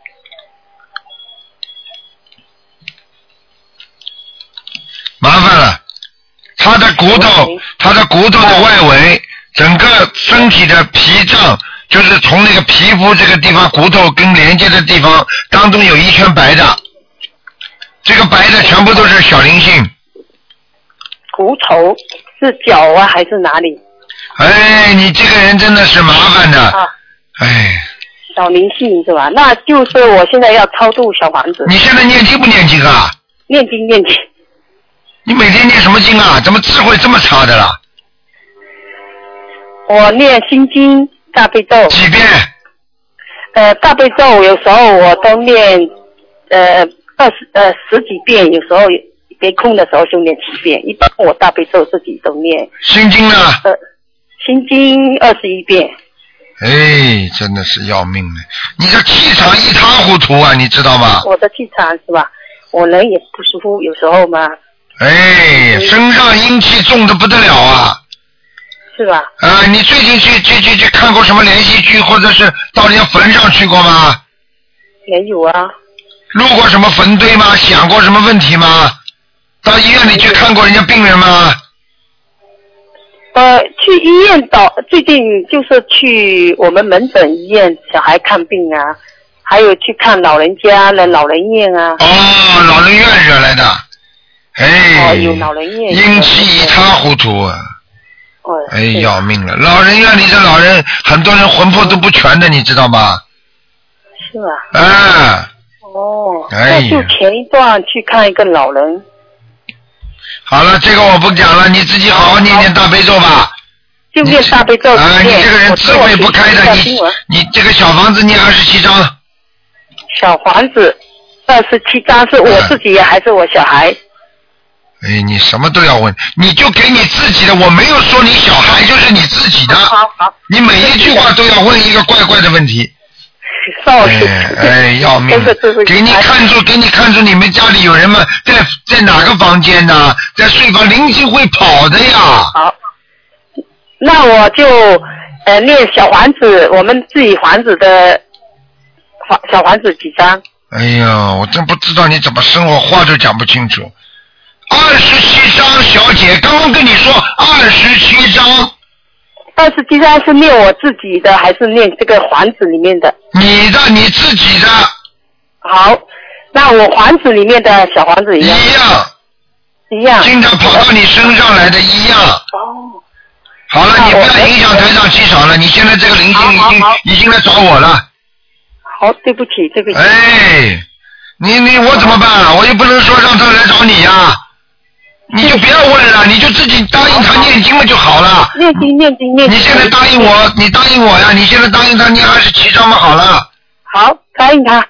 Speaker 1: 麻烦了，他的骨头，
Speaker 3: 嗯
Speaker 1: 他的骨头的外围，整个身体的脾脏，就是从那个皮肤这个地方，骨头跟连接的地方当中有一圈白的，这个白
Speaker 3: 嗯
Speaker 1: 的全部都是小灵性，
Speaker 3: 骨头是脚啊还是哪里
Speaker 1: 哎，你这个人真的是麻烦的，
Speaker 3: 啊？
Speaker 1: 哎。
Speaker 3: 小灵性是吧？那就是我现在要超度小房子，
Speaker 1: 你现在念经不念经啊？
Speaker 3: 念经念经。
Speaker 1: 你每天念什么经啊？怎么智慧这么差的啦？
Speaker 3: 我念心经、大悲咒，
Speaker 1: 几遍？
Speaker 3: 呃，大悲咒有时候我都念，呃，二十呃十几遍，有时候没空的时候就念七遍。一般我大悲咒自己都念，
Speaker 1: 心经呢？
Speaker 3: 呃，心经二十一遍。
Speaker 1: 哎，真的是要命了！你这气场一塌糊涂啊，你知道吗？
Speaker 3: 我的气场是吧？我人也不舒服，有时候嘛，
Speaker 1: 哎，身上阴气重的不得了啊！
Speaker 3: 是吧？
Speaker 1: 啊，你最近去去去去看过什么连续剧，或者是到人家坟上去过吗？
Speaker 3: 没有啊，
Speaker 1: 路过什么坟堆吗？想过什么问题吗？到医院里去看过人家病人吗？
Speaker 3: 呃，去医院找，最近就是去我们门诊医院小孩看病啊，还有去看老人家的老人院啊。
Speaker 1: 哦，老人院惹来的。哎，
Speaker 3: 哦有老人院
Speaker 1: 阴气一塌糊涂啊！
Speaker 3: 哦，
Speaker 1: 哎，
Speaker 3: 是
Speaker 1: 要命了！老人院里的老人，很多人魂魄都不全的，你知道吗？
Speaker 3: 是吧？
Speaker 1: 啊，
Speaker 3: 哦，
Speaker 1: 哎
Speaker 3: 那就
Speaker 1: 呀
Speaker 3: 前一段去看一个老人，
Speaker 1: 好了，这个我不讲了，你自己好好念念大悲咒吧。
Speaker 3: 就念大悲咒
Speaker 1: 啊，你
Speaker 3: 念。
Speaker 1: 这个人
Speaker 3: 我
Speaker 1: 智
Speaker 3: 昨
Speaker 1: 慧
Speaker 3: 晚
Speaker 1: 不开
Speaker 3: 听
Speaker 1: 的，
Speaker 3: 到
Speaker 1: 你
Speaker 3: 新闻
Speaker 1: 你这个小房子念二十七章，
Speaker 3: 小房子二十七张是我
Speaker 1: 嗯
Speaker 3: 自己还是我小孩？
Speaker 1: 哎，你什么都要问，你就给你自己的，我没有说你小孩就是你自己的，
Speaker 3: 好好
Speaker 1: 你每一句话都要问一个怪怪的问题。
Speaker 3: ，sorry，
Speaker 1: 哎哎，要命
Speaker 3: 真的真
Speaker 1: 了！
Speaker 3: 是
Speaker 1: 给你看出，给你看出你们家里有人吗？在在哪个房间呢、在睡房，灵性会跑的呀。
Speaker 3: 好，那我就呃念小房子，我们自己房子的房小房子几张？
Speaker 1: 哎呦，我真不知道你怎么生活，话都讲不清楚。二十七张，小姐，刚刚跟你说二十七张，
Speaker 3: 二十七张是念我自己的还是念这个房子里面的？
Speaker 1: 你的你自己的
Speaker 3: 好，那我房子里面的小房子一
Speaker 1: 一
Speaker 3: 样
Speaker 1: 样，
Speaker 3: 一样。
Speaker 1: 经常跑到你身上来的一样。
Speaker 3: 哦，
Speaker 1: 好了，
Speaker 3: 那
Speaker 1: 你不
Speaker 3: 我
Speaker 1: 要影响台上气场了。你现在这个灵性已经
Speaker 3: 好好好
Speaker 1: 已经来找我了。
Speaker 3: 好，对不起，对不起。
Speaker 1: 哎，你你我怎么办啊？我又不能说让他来找你呀、你就不要问了，你就自己答应他念经了就好了。
Speaker 3: 念经念经念
Speaker 1: 你
Speaker 3: 经。
Speaker 1: 现在答应我，你答应我呀！你现在答应他念二十七章嘛，好了，
Speaker 3: 好，答应他，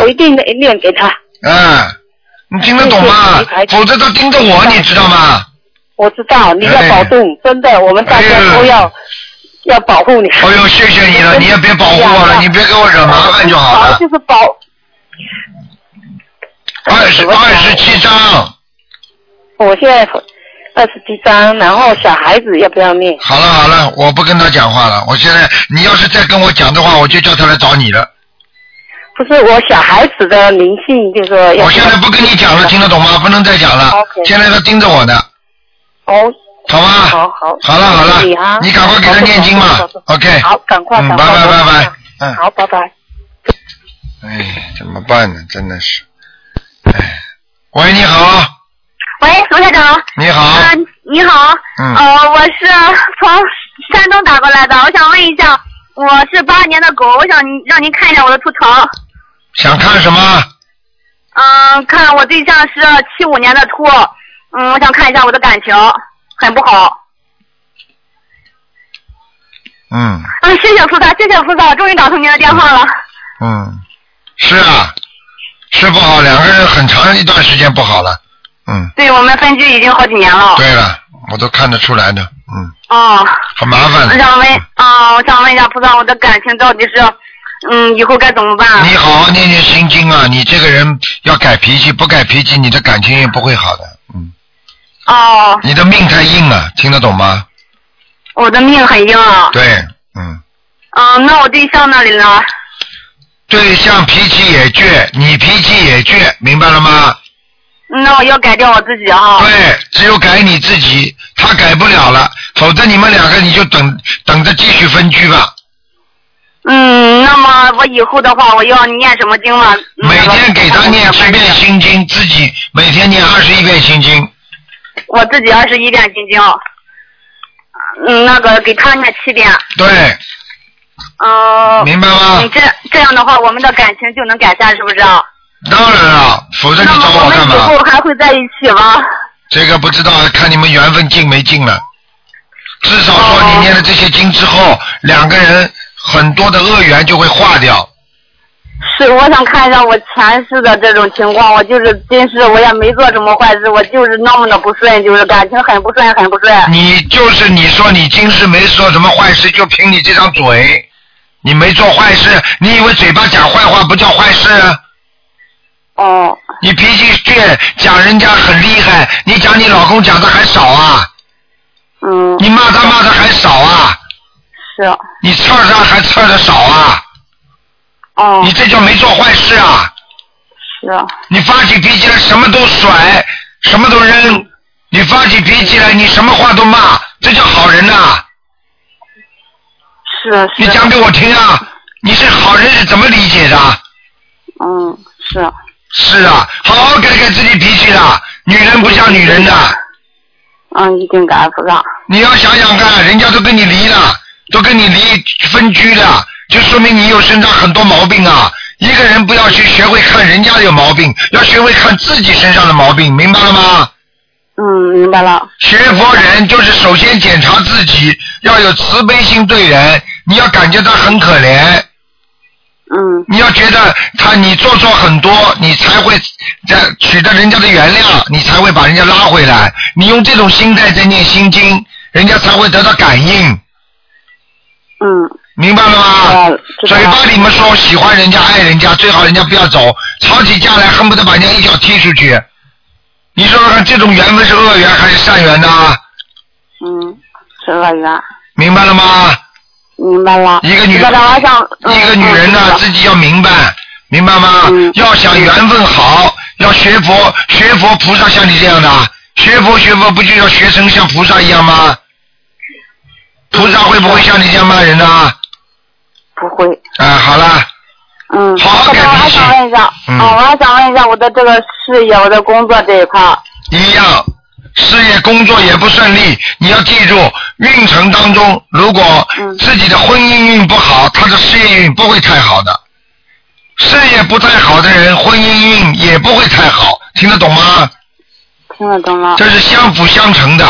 Speaker 3: 我
Speaker 1: 嗯
Speaker 3: 一定念给他。
Speaker 1: 嗯，你听得懂吗
Speaker 3: 谢谢台？长
Speaker 1: 否则他盯着我，你知道吗？
Speaker 3: 我知道，你要
Speaker 1: 哎
Speaker 3: 保重，真的，我们大家都要
Speaker 8: 要保护你。
Speaker 1: 哎呦，谢谢你了，你也别保护我了，你别给我惹麻烦就好了
Speaker 8: 保。就是保，
Speaker 1: 二十二十七章，
Speaker 8: 我现在二十七张，然后小孩子要不要念？
Speaker 1: 好了好了，我不跟他讲话了。我现在你要是再跟我讲的话，我就叫他来找你了。
Speaker 8: 不是我小孩子的灵性，就是说要
Speaker 1: 我现在不跟你讲了，听得懂吗？不能再讲了
Speaker 8: OK，
Speaker 1: 现在他盯着我呢，
Speaker 8: 哦，
Speaker 1: 好吗？
Speaker 8: 好好
Speaker 1: 啊好了好了
Speaker 8: 谢谢你啊，
Speaker 1: 你赶快给他念经嘛
Speaker 8: 好好好
Speaker 1: ，OK。
Speaker 8: 好，赶快，
Speaker 1: 嗯，
Speaker 8: 赶
Speaker 1: 拜
Speaker 8: 快，
Speaker 1: 拜
Speaker 8: 我
Speaker 1: 拜
Speaker 2: 啊
Speaker 8: 马
Speaker 1: 拜
Speaker 8: 上，
Speaker 1: 嗯，
Speaker 8: 好，拜拜。
Speaker 1: 哎，怎么办呢？真的是，哎，喂，你好，
Speaker 2: 喂，卢台长。
Speaker 1: 你好，
Speaker 8: 啊
Speaker 2: 嗯、你好。
Speaker 1: 啊嗯
Speaker 2: 呃，我是从山东打过来的，我想问一下，我是八二年的狗，我想让您看一下我的图腾。
Speaker 1: 想看什么？
Speaker 2: 嗯、看我对象是七五年的兔，嗯，我想看一下我的感情，很不好。
Speaker 1: 嗯
Speaker 2: 嗯，谢谢菩萨，谢谢菩萨，我终于打通您的电话了。
Speaker 1: 嗯，是啊，是不好，两个人很长一段时间不好了。嗯，
Speaker 2: 对我们分居已经好几年
Speaker 8: 哦
Speaker 2: 了。
Speaker 1: 对了，我都看得出来的，嗯，
Speaker 2: 哦，
Speaker 1: 很麻烦
Speaker 2: 我
Speaker 1: 的。
Speaker 2: 想问，啊、我想问一下菩萨，我的感情到底是，嗯，以后该怎么办？
Speaker 1: 你好好念念心经啊！你这个人要改脾气，不改脾气，你的感情也不会好的。嗯，
Speaker 2: 哦，
Speaker 1: 你的命太硬了，听得懂吗？
Speaker 2: 我的命很硬啊。
Speaker 1: 对，嗯，
Speaker 2: 嗯，那我对象那里呢？
Speaker 1: 对象脾气也倔，你脾气也倔，明白了吗？
Speaker 2: 那我要改掉我自己啊。
Speaker 1: 对，只有改你自己，他改不了了，否则你们两个你就等等着继续分居吧。
Speaker 2: 嗯，那么我以后的话，我要念什么经吗？嗯
Speaker 1: 每天给他念七遍。
Speaker 2: 那个
Speaker 1: 心经，自己每天念二十一遍心经，
Speaker 2: 我自己二十一遍心经。嗯，那个给他念七遍。
Speaker 1: 对，
Speaker 2: 嗯、
Speaker 1: 明白吗
Speaker 2: 嗯，？这这样的话，我们的感情就能改善，是不是啊？
Speaker 1: 当然了，否则
Speaker 2: 那
Speaker 1: 你
Speaker 2: 么
Speaker 1: 找
Speaker 2: 我
Speaker 1: 干
Speaker 2: 们以
Speaker 1: 嘛
Speaker 2: 后？还会在一起吗？
Speaker 1: 这个不知道，看你们缘分尽没尽了。至少说你念了这些经之后，两个人很多的恶缘就会化掉。
Speaker 2: 是，我想看一下我前世的这种情况。我就是今世我也没做什么坏事，我就是那么的不顺，就是感情很不顺，很不顺。
Speaker 1: 你就是你说你今世没做什么坏事，就凭你这张嘴，你没做坏事，你以为嘴巴讲坏话不叫坏事？啊？
Speaker 2: 哦，
Speaker 1: 你脾气倔，讲人家很厉害，你讲你老公讲的还少啊？
Speaker 2: 嗯，
Speaker 1: 你骂他骂的还少啊？
Speaker 2: 是，
Speaker 1: 你刺儿他还刺儿的少啊？
Speaker 2: 哦
Speaker 1: 你，这叫没做坏事啊？
Speaker 2: 是，
Speaker 1: 你发起脾气来什么都甩，什么都扔，你发起脾气来你什么话都骂，这叫好人呐、
Speaker 2: 是，是，
Speaker 1: 你讲给我听啊！你是好人是怎么理解的？
Speaker 2: 嗯，是，
Speaker 1: 是啊，好好改改自己脾气啦。女人不像女人的，
Speaker 2: 嗯，一定感恩菩萨。
Speaker 1: 你要想想看，人家都跟你离了，都跟你离分居了，就说明你有身上很多毛病啊。一个人不要去学会看人家有毛病，要学会看自己身上的毛病，明白了吗？
Speaker 2: 嗯，明白了。
Speaker 1: 学佛人就是首先检查自己，要有慈悲心对人，你要感觉他很可怜，
Speaker 2: 嗯，
Speaker 1: 你要觉得他你做错很多，你才会在取得人家的原谅，你才会把人家拉回来。你用这种心态在念心经，人家才会得到感应，
Speaker 2: 嗯，
Speaker 1: 明白了
Speaker 2: 啊知道
Speaker 1: 吗
Speaker 2: 了？知道
Speaker 1: 嘴
Speaker 2: 了
Speaker 1: 巴里面说喜欢人家、爱人家，最好人家不要走，吵起架来恨不得把人家一脚踢出去。你说说看，这种缘分是恶缘还是善缘呢？
Speaker 2: 嗯，是恶缘，
Speaker 1: 明白了吗？
Speaker 2: 明白了。
Speaker 1: 一个女
Speaker 2: 菩萨我还想，嗯
Speaker 1: 一个女人呢、
Speaker 2: 嗯知道
Speaker 1: 自己要明白，明白吗？
Speaker 2: 嗯
Speaker 1: 要想缘分好，要学佛，学佛菩萨像你这样的，学佛学佛不就要学成像菩萨一样吗？菩萨会不会像你这样骂人呢、啊？
Speaker 2: 不会。
Speaker 1: 好了，
Speaker 2: 嗯，
Speaker 1: 好好
Speaker 2: 菩
Speaker 1: 改
Speaker 2: 萨我还
Speaker 1: 脾气
Speaker 2: 想问一下，
Speaker 1: 嗯
Speaker 3: 啊
Speaker 2: 哦，我还想问一下我的这个事业，我的工作这一块儿。
Speaker 1: 一样，事业工作也不顺利，你要记住，运程当中，如果
Speaker 2: 嗯
Speaker 1: 自己的婚姻运不好，他的事业运不会太好的。事业不太好的人，婚姻运也不会太好，听得懂吗？
Speaker 2: 听得懂了，
Speaker 1: 这是相辅相成的。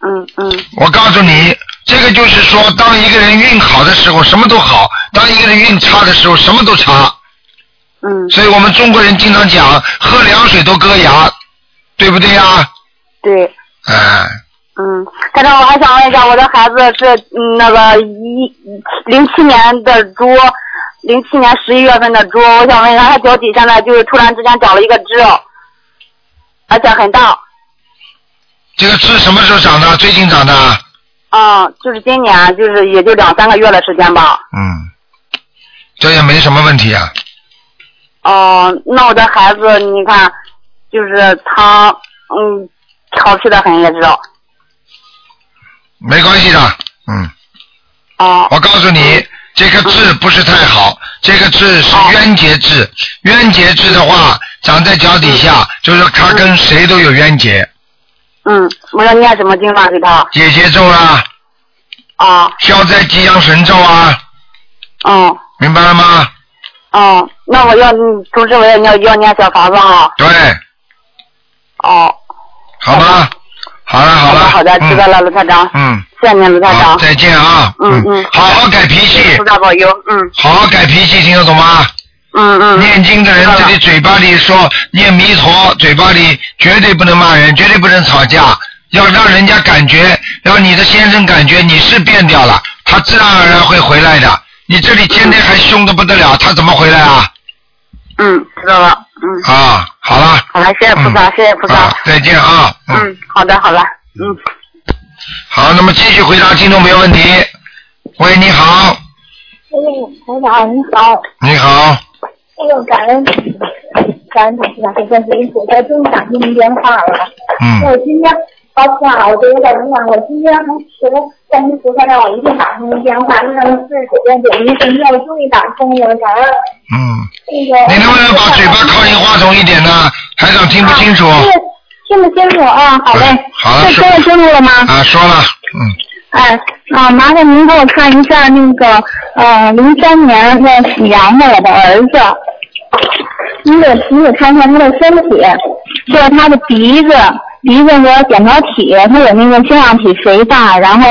Speaker 2: 嗯嗯
Speaker 1: 我告诉你，这个就是说，当一个人运好的时候，什么都好；当一个人运差的时候，什么都差。
Speaker 2: 嗯，
Speaker 1: 所以我们中国人经常讲，喝凉水都割牙，对不对呀？
Speaker 2: 对，
Speaker 1: 哎，
Speaker 3: 嗯，台长，我还想问一下，我的孩子是嗯那个一零七年的猪，零七年十一月份的猪，我想问一下，他脚底现在就是突然之间长了一个痣，而且很大，
Speaker 1: 这个痣什么时候长的？最近长的？啊
Speaker 3: 嗯，就是今年就是也就两三个月的时间吧。
Speaker 1: 嗯，这也没什么问题啊。
Speaker 3: 嗯，那我的孩子，你看，就是他嗯调皮的很，也知道。
Speaker 1: 没关系的，嗯，
Speaker 3: 哦、
Speaker 1: 我告诉你，这个痣不是太好，这个痣是冤结痣，冤结痣的话长在脚底下，就是他跟谁都有冤结，
Speaker 3: 嗯，我要念什么经啊法给他？
Speaker 1: 解结咒啦，
Speaker 3: 啊，
Speaker 1: 消灾吉祥神咒啊，
Speaker 3: 嗯
Speaker 1: 明白了吗？
Speaker 3: 嗯，那我要嗯同时我也要要念小房子啊。
Speaker 1: 对，
Speaker 3: 哦，
Speaker 1: 好吗？好了
Speaker 3: 好
Speaker 1: 了，
Speaker 3: 好的，知道了，卢台长，
Speaker 1: 嗯，
Speaker 3: 谢谢您，卢台
Speaker 1: 嗯，好，
Speaker 3: 长，
Speaker 1: 再见啊，
Speaker 3: 嗯嗯
Speaker 1: 好好改脾气，
Speaker 3: 菩萨保佑，嗯
Speaker 1: 好好改脾气，听得懂吗？
Speaker 3: 嗯嗯，
Speaker 1: 念经的人
Speaker 3: 知道，了
Speaker 1: 这里嘴巴里说念弥陀，嘴巴里绝对不能骂人，绝对不能吵架，要让人家感觉，让你的先生感觉你是变掉了，他自然而然会回来的。你这里天天还凶的不得了，他怎么回来啊？
Speaker 3: 嗯，知道了，嗯，
Speaker 1: 啊，好了，
Speaker 3: 好了，谢谢菩萨，谢谢菩萨
Speaker 1: 啊，，再见啊。
Speaker 3: 嗯，好的，好了，嗯。
Speaker 1: 好，那么继续回答听众朋友问题。喂，你好，
Speaker 9: 哎呦，台长你好，
Speaker 1: 你好，
Speaker 9: 哎呦，感恩感恩菩萨，感恩菩萨，终于打听您电话了。
Speaker 1: 嗯，
Speaker 9: 我今天抱歉啊，我这有点儿乱，我今天还觉得感恩菩萨让我一定打通您电话，因为四十九遍九一神咒终于打通了，感恩
Speaker 1: 嗯，
Speaker 9: 那个。啊
Speaker 1: 你能不能把嘴巴靠近话筒一点呢？台长听不清楚。
Speaker 9: 啊听听不清楚啊，好嘞
Speaker 1: 嗯。好了
Speaker 9: 这
Speaker 1: 是
Speaker 9: 听得清楚了吗？
Speaker 1: 啊，说了，嗯，
Speaker 9: 哎，啊，麻烦您给我看一下那个，呃，零三年的属羊的我的儿子，您给您给看一下他的身体，就是他的鼻子，鼻子和扁桃体，他有那个腺样体肥大，然后，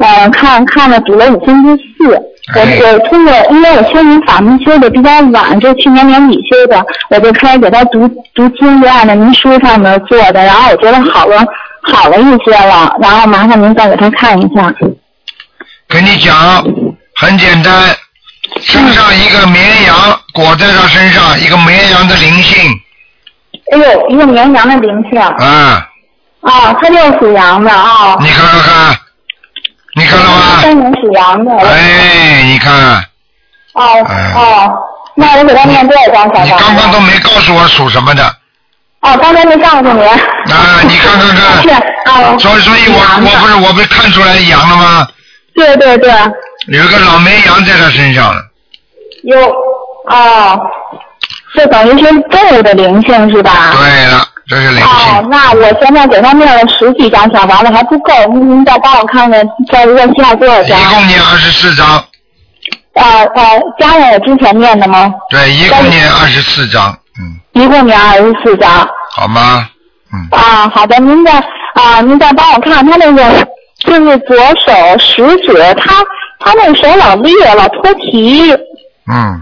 Speaker 9: 呃，看看了堵了五分之四。我
Speaker 1: 哎
Speaker 9: 我通过，因为我修您法门修的比较晚，就去年年底修的，我就开始给他读读经，就按照您书上面做的，然后我觉得好了好了一些了，然后麻烦您再给他看一下。哦
Speaker 1: 跟你讲，很简单，身上一个绵羊裹在他身上，一个绵羊的灵性
Speaker 9: 哎呦，一个绵羊的灵性啊，
Speaker 1: 啊，
Speaker 9: 他就是属羊的啊，
Speaker 1: 你看看看，你看了吗？
Speaker 9: 三年属羊的。
Speaker 1: 啊哎，你看，
Speaker 9: 哦哦，那我给他念多少张小
Speaker 1: 哎你
Speaker 9: 房
Speaker 1: 刚刚
Speaker 9: 子
Speaker 1: 都？没告诉我属什么的
Speaker 9: 哦，刚才没告诉您。
Speaker 1: 啊，你看看
Speaker 9: 是
Speaker 1: 看，
Speaker 9: 啊，
Speaker 1: 所以所以我
Speaker 9: 羊的
Speaker 1: 我不是我不是看出来羊了吗？
Speaker 9: 对对对，
Speaker 1: 有一个老绵羊在他身上了，
Speaker 9: 有哦，这等于是动物的灵性是吧？
Speaker 1: 对了，这是灵
Speaker 9: 啊哦，
Speaker 1: 性，
Speaker 9: 那我现在给他念了十几张小房子还不够，您再帮我看看，再一共需要多少张？
Speaker 1: 一共念二十四章，
Speaker 9: 呃呃，加上我之前念的吗？
Speaker 1: 对，一共念二十四章，嗯，
Speaker 9: 一共念二十四张。
Speaker 1: 好吗？嗯，
Speaker 9: 啊，好的，您再啊，您再帮我看他那个，就是左手食指，他他那手老裂，老脱皮。
Speaker 1: 嗯，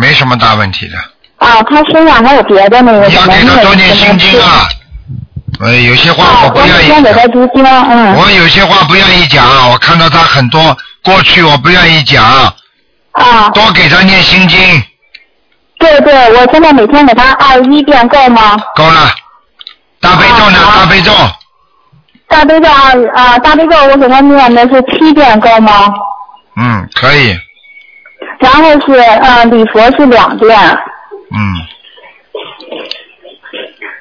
Speaker 1: 没什么大问题的。
Speaker 9: 啊，他身上还有别的那个
Speaker 1: 你
Speaker 9: 什
Speaker 1: 要
Speaker 9: 么
Speaker 1: 给他
Speaker 9: 那
Speaker 1: 多
Speaker 9: 个
Speaker 1: 念
Speaker 9: 什
Speaker 1: 心
Speaker 9: 么
Speaker 1: 经啊！呃，有些话
Speaker 9: 啊
Speaker 1: 我，不
Speaker 9: 我每
Speaker 1: 愿
Speaker 9: 天
Speaker 1: 意
Speaker 9: 给他
Speaker 1: 讲，
Speaker 9: 读经，嗯，
Speaker 1: 我有些话不愿意讲。啊我看到他很多过去我不愿意讲，
Speaker 9: 啊，
Speaker 1: 多给他念心经，
Speaker 9: 对对，我现在每天给他二十一遍够吗？
Speaker 1: 够了。大悲咒呢？
Speaker 9: 啊
Speaker 1: 大悲咒
Speaker 9: 大悲咒二啊，大悲咒我给他念的是七遍够吗？
Speaker 1: 嗯，可以，
Speaker 9: 然后是呃礼佛是两遍，
Speaker 1: 嗯，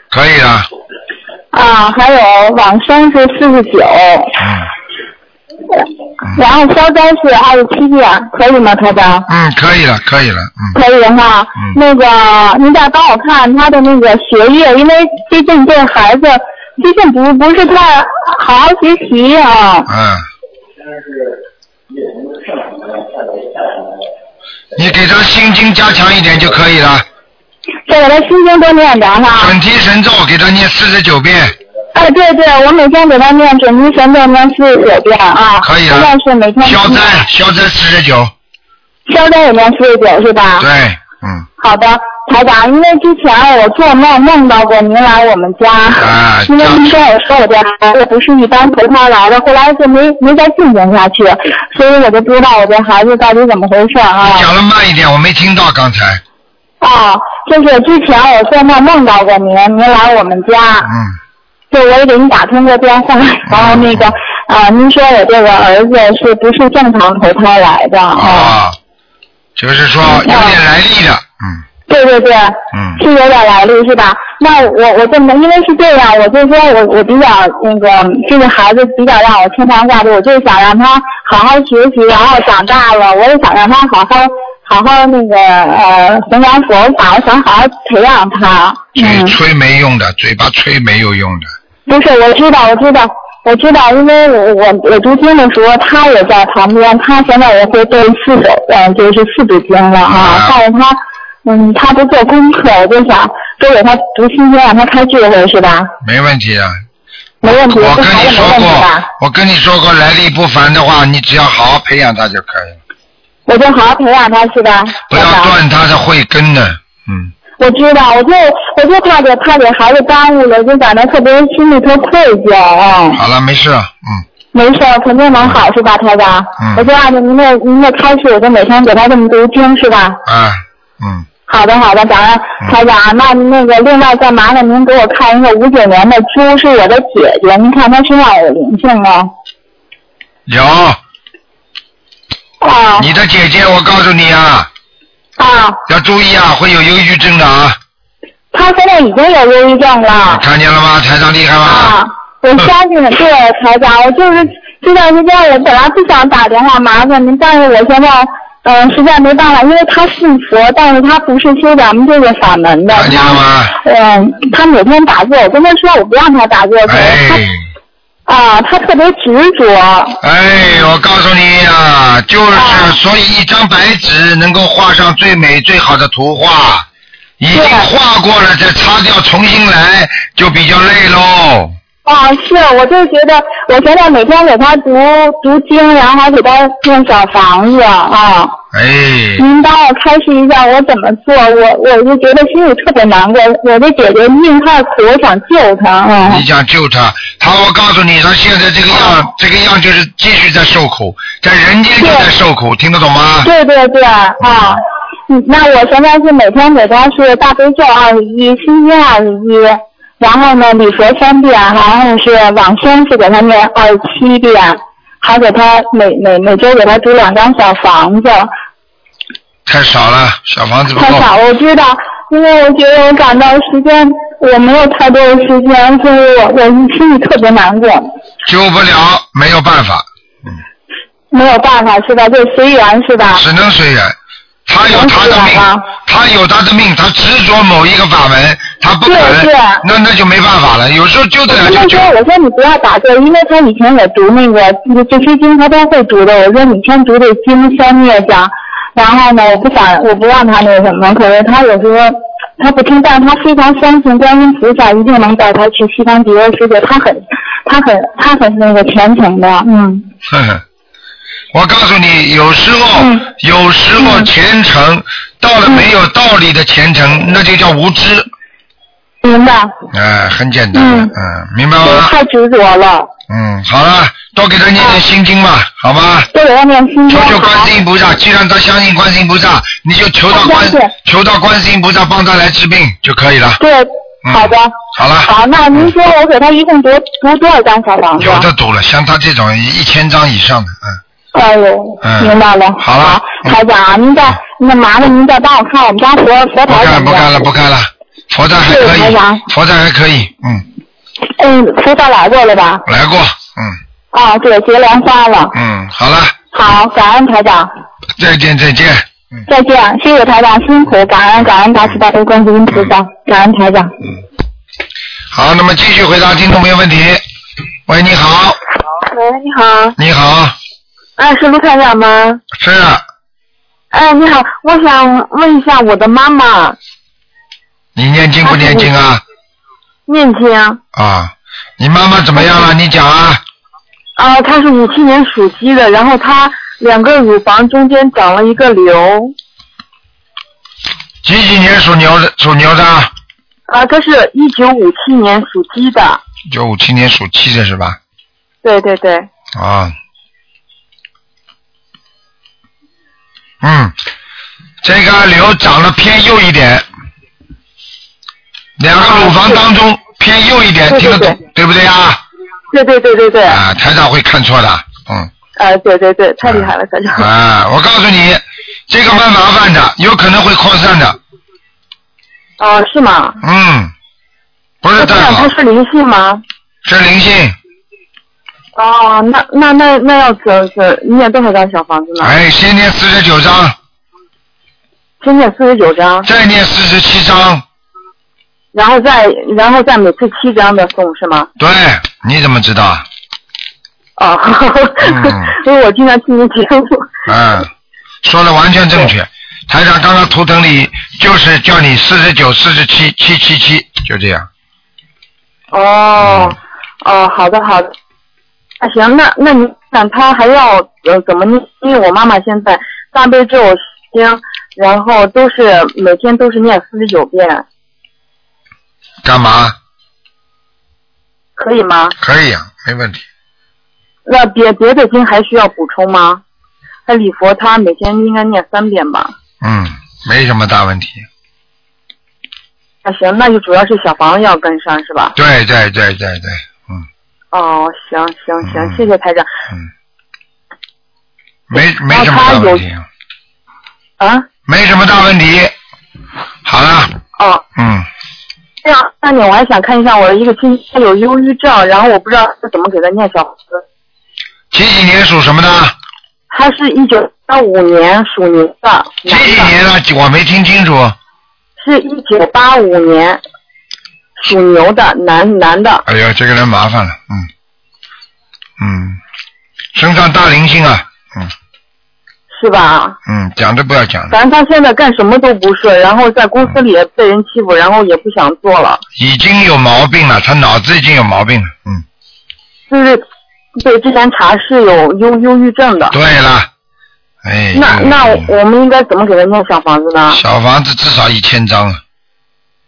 Speaker 1: 可以了，
Speaker 9: 啊，还有往生是四十九，
Speaker 1: 嗯
Speaker 9: 然后消灾是二十七遍，可以吗，台长？
Speaker 1: 嗯，可以了，可以了，嗯，
Speaker 9: 可以的哈，
Speaker 1: 嗯
Speaker 9: 那个您再帮我看他的那个学业，因为最近这孩子最近不不是太好好学习啊。
Speaker 1: 嗯。你给他心经加强一点就可以了。
Speaker 3: 啊
Speaker 9: 再给他心经多念点哈。
Speaker 1: 准提神咒给他念四十九遍，
Speaker 9: 哎，对对，我每天给他念准提神咒念四十九遍啊。
Speaker 1: 可以了
Speaker 9: 现在是每天
Speaker 1: 消
Speaker 3: 啊
Speaker 1: 灾消灾四十九，
Speaker 3: 啊
Speaker 9: 消灾也念四十九是吧？
Speaker 1: 对，嗯，
Speaker 9: 好的，
Speaker 3: 台长，因为之前我做梦梦到过您来我们家，
Speaker 1: 啊
Speaker 3: 因为您跟我说我这孩子不是一般投胎来的，后来就没没再进行下去，所以我就不知道我这孩子到底怎么回事啊。
Speaker 1: 讲的慢一点，我没听到刚才。
Speaker 3: 哦，就是之前我做梦梦到过您，您来我们家，
Speaker 1: 嗯，
Speaker 3: 就我也给您打通过电话，然后那个啊、呃您说我这个儿子是不是正常投胎来的？啊，
Speaker 1: 啊，就是说
Speaker 3: 嗯
Speaker 1: 有点来历的，嗯
Speaker 3: 对对对，
Speaker 1: 嗯
Speaker 3: 是有点来历是吧？那我我这么，因为是这样，我就说我我比较那个这个孩子比较让我倾囊下肚，我就想让他好好学习，然后长大了，我也想让他好好好好那个呃弘扬佛法，我想好好培养他。
Speaker 1: 嘴
Speaker 3: 嗯，
Speaker 1: 吹没用的，嘴巴吹没有用的，
Speaker 3: 不是，我知道，我知道。我知道，因为我我我读经的时候，他也在旁边，他现在也会背四首，嗯，就是四读经了啊
Speaker 1: 啊。
Speaker 3: 但是他，嗯，他不做功课，我就想多给他读心经，让他开智慧，是吧？
Speaker 1: 没问题的。
Speaker 3: 没问题，
Speaker 1: 我
Speaker 3: 这
Speaker 1: 跟
Speaker 3: 孩
Speaker 1: 你
Speaker 3: 子
Speaker 1: 说
Speaker 3: 没问题啊
Speaker 1: 过
Speaker 3: 吧？，
Speaker 1: 我跟你说过，来历不凡的话，你只要好好培养他就可以了，
Speaker 3: 我就好好培养他，是吧？
Speaker 1: 不要
Speaker 3: 班
Speaker 1: 断
Speaker 3: 长
Speaker 1: 他的慧根的。嗯，
Speaker 3: 我知道，我就我就怕给怕给孩子耽误了，就感到特别心里头愧疚啊。
Speaker 1: 好了，没事了，嗯，
Speaker 3: 没事儿，肯定能好是吧，台长？
Speaker 1: 嗯
Speaker 3: 我就按照您的您的开始，我就每天给他这么读经是吧？
Speaker 1: 啊，嗯，
Speaker 3: 好的好的，感恩
Speaker 1: 嗯
Speaker 3: 台长。那那个另外再麻烦您给我看一个五九年的猪，是我的姐姐，您看她身上有灵性吗？
Speaker 1: 有
Speaker 3: 啊
Speaker 1: 哦你的姐姐，我告诉你啊，
Speaker 3: 啊，
Speaker 1: 要注意啊，会有忧郁症的啊，
Speaker 3: 她现在已经有忧郁症了。
Speaker 1: 看见了吗？台上厉害吗？
Speaker 3: 啊，我相信对台长，我就是这段时间我本来不想打电话麻烦您，但是我现在嗯、呃实在没办法，因为他信佛，但是他不是修咱们这个法门的。
Speaker 1: 看见了吗？
Speaker 3: 嗯，他每天打坐，我跟他说我不让他打坐，可是
Speaker 1: 哎，
Speaker 3: 他啊，他特别执着。
Speaker 1: 哎，我告诉你啊，就是所以一张白纸能够画上最美最好的图画，已经
Speaker 3: 对
Speaker 1: 画过了，再擦掉重新来就比较累喽。
Speaker 3: 啊，是，我就觉得，我现在每天给他读读经，然后还给他念小房子啊。
Speaker 1: 哎，
Speaker 3: 您帮我开示一下我怎么做？我我就觉得心里特别难过，我的姐姐命太苦，我想救她。嗯
Speaker 1: 你，想救他，他我告诉你，他现在这个
Speaker 3: 哦
Speaker 1: 样，这个样就是继续在受苦，在人间就在受苦，听得懂吗？
Speaker 3: 对对对，啊，嗯那我现在是每天给她是大悲咒二十一，心经二十一，然后呢礼佛三遍，然后是往生是给她念二十七遍，还给她每每每周给她读两张小房子。
Speaker 1: 太少了，小房子不
Speaker 3: 太
Speaker 1: 够。
Speaker 3: 少，我知道，因为我觉得我感到时间我没有太多的时间，所以我我心里特别难过，
Speaker 1: 救不了，没有办法，
Speaker 3: 没有办法是吧？就随缘是啊吧？
Speaker 1: 只能随缘。他有
Speaker 3: 能
Speaker 1: 他的
Speaker 3: 随缘啊
Speaker 1: 命
Speaker 3: 吗，
Speaker 1: 他有他的命，他执着某一个法门，他不
Speaker 3: 对
Speaker 1: 肯
Speaker 3: 对，
Speaker 1: 那那就没办法了。有时候救得了
Speaker 3: 我
Speaker 1: 就
Speaker 3: 就
Speaker 1: 救
Speaker 3: 说，，我说你不要打坐，因为他以前也读那个这这些经，他都会读的。我说你先读这经消灭掉，然后呢，我不想，我不让他那什么。可是他有时候他不听，但是他非常相信观音菩萨一定能带他去西方极乐世界。他很，他很，他很那个虔诚的，嗯。
Speaker 1: 哼哼， 我告诉你，有时候、
Speaker 3: 嗯
Speaker 1: 有时候虔诚、到了没有道理的虔
Speaker 3: 嗯
Speaker 1: 诚，那就叫无知。
Speaker 3: 明白，
Speaker 1: 哎、很简单的，嗯
Speaker 3: 嗯
Speaker 1: 明白
Speaker 3: 我
Speaker 1: 吗？
Speaker 3: 太执着了，
Speaker 1: 嗯，好了，多给他念念心经吧，好吗？
Speaker 3: 都给他念心经
Speaker 1: 求求
Speaker 3: 嗯好
Speaker 1: 观世音菩萨，既然他相信观世音菩萨，你就求到观
Speaker 3: 他相信
Speaker 1: 求到观世音菩萨帮他来治病就可以了。
Speaker 3: 对，
Speaker 1: 嗯
Speaker 3: 好的，
Speaker 1: 好了，
Speaker 3: 好，那您说我给他一共多读多少张小房子？啊
Speaker 1: 有的赌了，像他这种一千张以上的，嗯，
Speaker 3: 哎呦，
Speaker 1: 嗯
Speaker 3: 明白了。
Speaker 1: 好了嗯
Speaker 3: 台长啊，您再那麻烦您再帮我看我们家佛佛
Speaker 1: 不
Speaker 3: 台
Speaker 1: 看
Speaker 3: 怎
Speaker 1: 不
Speaker 3: 么
Speaker 1: 看了
Speaker 3: 样？
Speaker 1: 不看了，佛台还可
Speaker 3: 是台
Speaker 1: 以
Speaker 3: 长，
Speaker 1: 佛台还可以，嗯，
Speaker 3: 嗯，菩萨来过了吧？
Speaker 1: 来过，嗯
Speaker 3: 啊，对，结莲花了。
Speaker 1: 嗯，好了，
Speaker 3: 好，感恩台长，
Speaker 1: 再见再见，嗯
Speaker 3: 再见，谢谢台长辛苦，感恩感恩大慈大悲观世音菩萨，感恩台长。
Speaker 1: 嗯，好，那么继续回答听众朋友问题。喂，你好，
Speaker 3: 喂，你好，
Speaker 1: 你好，
Speaker 3: 哎，是卢台长吗？
Speaker 1: 是啊
Speaker 3: 哎，你好，我想问一下我的妈妈
Speaker 1: 你念经不念经啊？
Speaker 3: 念经啊，
Speaker 1: 啊，你妈妈怎么样了？你讲啊，
Speaker 3: 啊她是五七年属鸡的，然后她两个乳房中间长了一个瘤，
Speaker 1: 几几几年属牛的？属牛的啊，
Speaker 3: 啊，他是一九五七年属鸡的，
Speaker 1: 九五七年属鸡的是吧？
Speaker 3: 对对对，
Speaker 1: 啊，嗯，这个瘤长得偏右一点，两个乳房当中偏右一点，
Speaker 3: 对
Speaker 1: 听得
Speaker 3: 对
Speaker 1: 懂对不对啊？
Speaker 3: 对对对对对，
Speaker 1: 啊，台长会看错的，嗯。
Speaker 3: 呃，对对对，太厉害了，小张。
Speaker 1: 啊，我告诉你，这个蛮麻烦的，有可能会扩散的，
Speaker 3: 哦，是吗？
Speaker 1: 嗯，不
Speaker 3: 那
Speaker 1: 是
Speaker 3: 这
Speaker 1: 太
Speaker 3: 样
Speaker 1: 好
Speaker 3: 他，是灵性吗？
Speaker 1: 是灵性。
Speaker 3: 哦，那那那那要怎怎念多少张小房子呢？
Speaker 1: 哎，先念四十九章，
Speaker 3: 先念四十九张，
Speaker 1: 再念四十七章，
Speaker 3: 然后再然后再每次七张的送是吗？
Speaker 1: 对，你怎么知道啊？
Speaker 3: 哦，
Speaker 1: 嗯
Speaker 3: 因为我经常听您节目。
Speaker 1: 嗯，说的完全正确。台长刚刚图腾里就是叫你四十九、四十七、七七七，就这样。
Speaker 3: 哦哦，好的好的。那行，那那你想他还要呃怎么念？因为我妈妈现在大悲咒经，然后都是每天都是念四十九遍，
Speaker 1: 干嘛？
Speaker 3: 可以吗？
Speaker 1: 可以啊，没问题。
Speaker 3: 那别别的经还需要补充吗？他礼佛他每天应该念三遍吧？
Speaker 1: 嗯，没什么大问题。
Speaker 3: 那啊行，那就主要是小房子要跟上是吧？
Speaker 1: 对对对对对，嗯，
Speaker 3: 哦，行行
Speaker 1: 嗯
Speaker 3: 行，谢谢台长
Speaker 1: 没没什么大问题，
Speaker 3: 啊。
Speaker 1: 没什么大问题。好了，
Speaker 3: 哦，
Speaker 1: 嗯，
Speaker 3: 这样，那你我还想看一下我的一个亲戚他有忧郁症，然后我不知道是怎么给他念小房子。
Speaker 1: 几几年属什么的？
Speaker 3: 他是一九八五年属牛的，
Speaker 1: 几
Speaker 3: 男
Speaker 1: 几
Speaker 3: 的，
Speaker 1: 年了？我没听清楚。
Speaker 3: 是一九八五年属牛的男男的。
Speaker 1: 哎呦，这个人麻烦了，嗯，嗯，身上大灵性啊，嗯
Speaker 3: 是吧？
Speaker 1: 嗯，讲都不要讲了，
Speaker 3: 反正他现在干什么都不是，然后在公司里也被人欺负，然后也不想做了，
Speaker 1: 已经有毛病了，他脑子已经有毛病了，嗯，
Speaker 3: 就是被之前查是有忧忧郁症的。
Speaker 1: 对了，哎，
Speaker 3: 那
Speaker 1: 嗯
Speaker 3: 那我们应该怎么给他念小房子呢？
Speaker 1: 小房子至少一千张了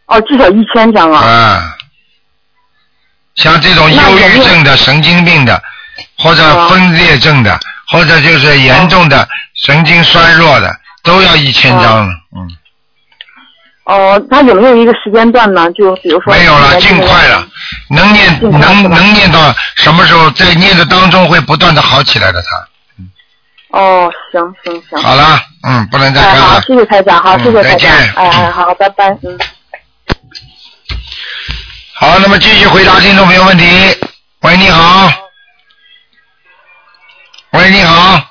Speaker 3: 哦，至少一千张啊。
Speaker 1: 啊，像这种忧郁症的、神经病的，或者
Speaker 3: 哦
Speaker 1: 分裂症的，或者就是严重的神经衰弱的，都要一千张了，嗯。
Speaker 3: 哦，他有没有一个时间段呢？就比如说
Speaker 1: 没有了，尽快了。，能念
Speaker 3: 嗯尽快
Speaker 1: 能
Speaker 3: 是吧
Speaker 1: 能念到什么时候？在念的当中会不断的好起来的他。
Speaker 3: 哦，行行行。
Speaker 1: 好了，嗯，不能再
Speaker 3: 哎，
Speaker 1: 看
Speaker 3: 好
Speaker 1: 了，。
Speaker 3: 谢谢台长，好，
Speaker 1: 嗯
Speaker 3: 谢谢台长
Speaker 1: 再见，
Speaker 3: 哎哎，好，拜拜，嗯。
Speaker 1: 好，那么继续回答听众朋友问题。喂，你好。喂，你好。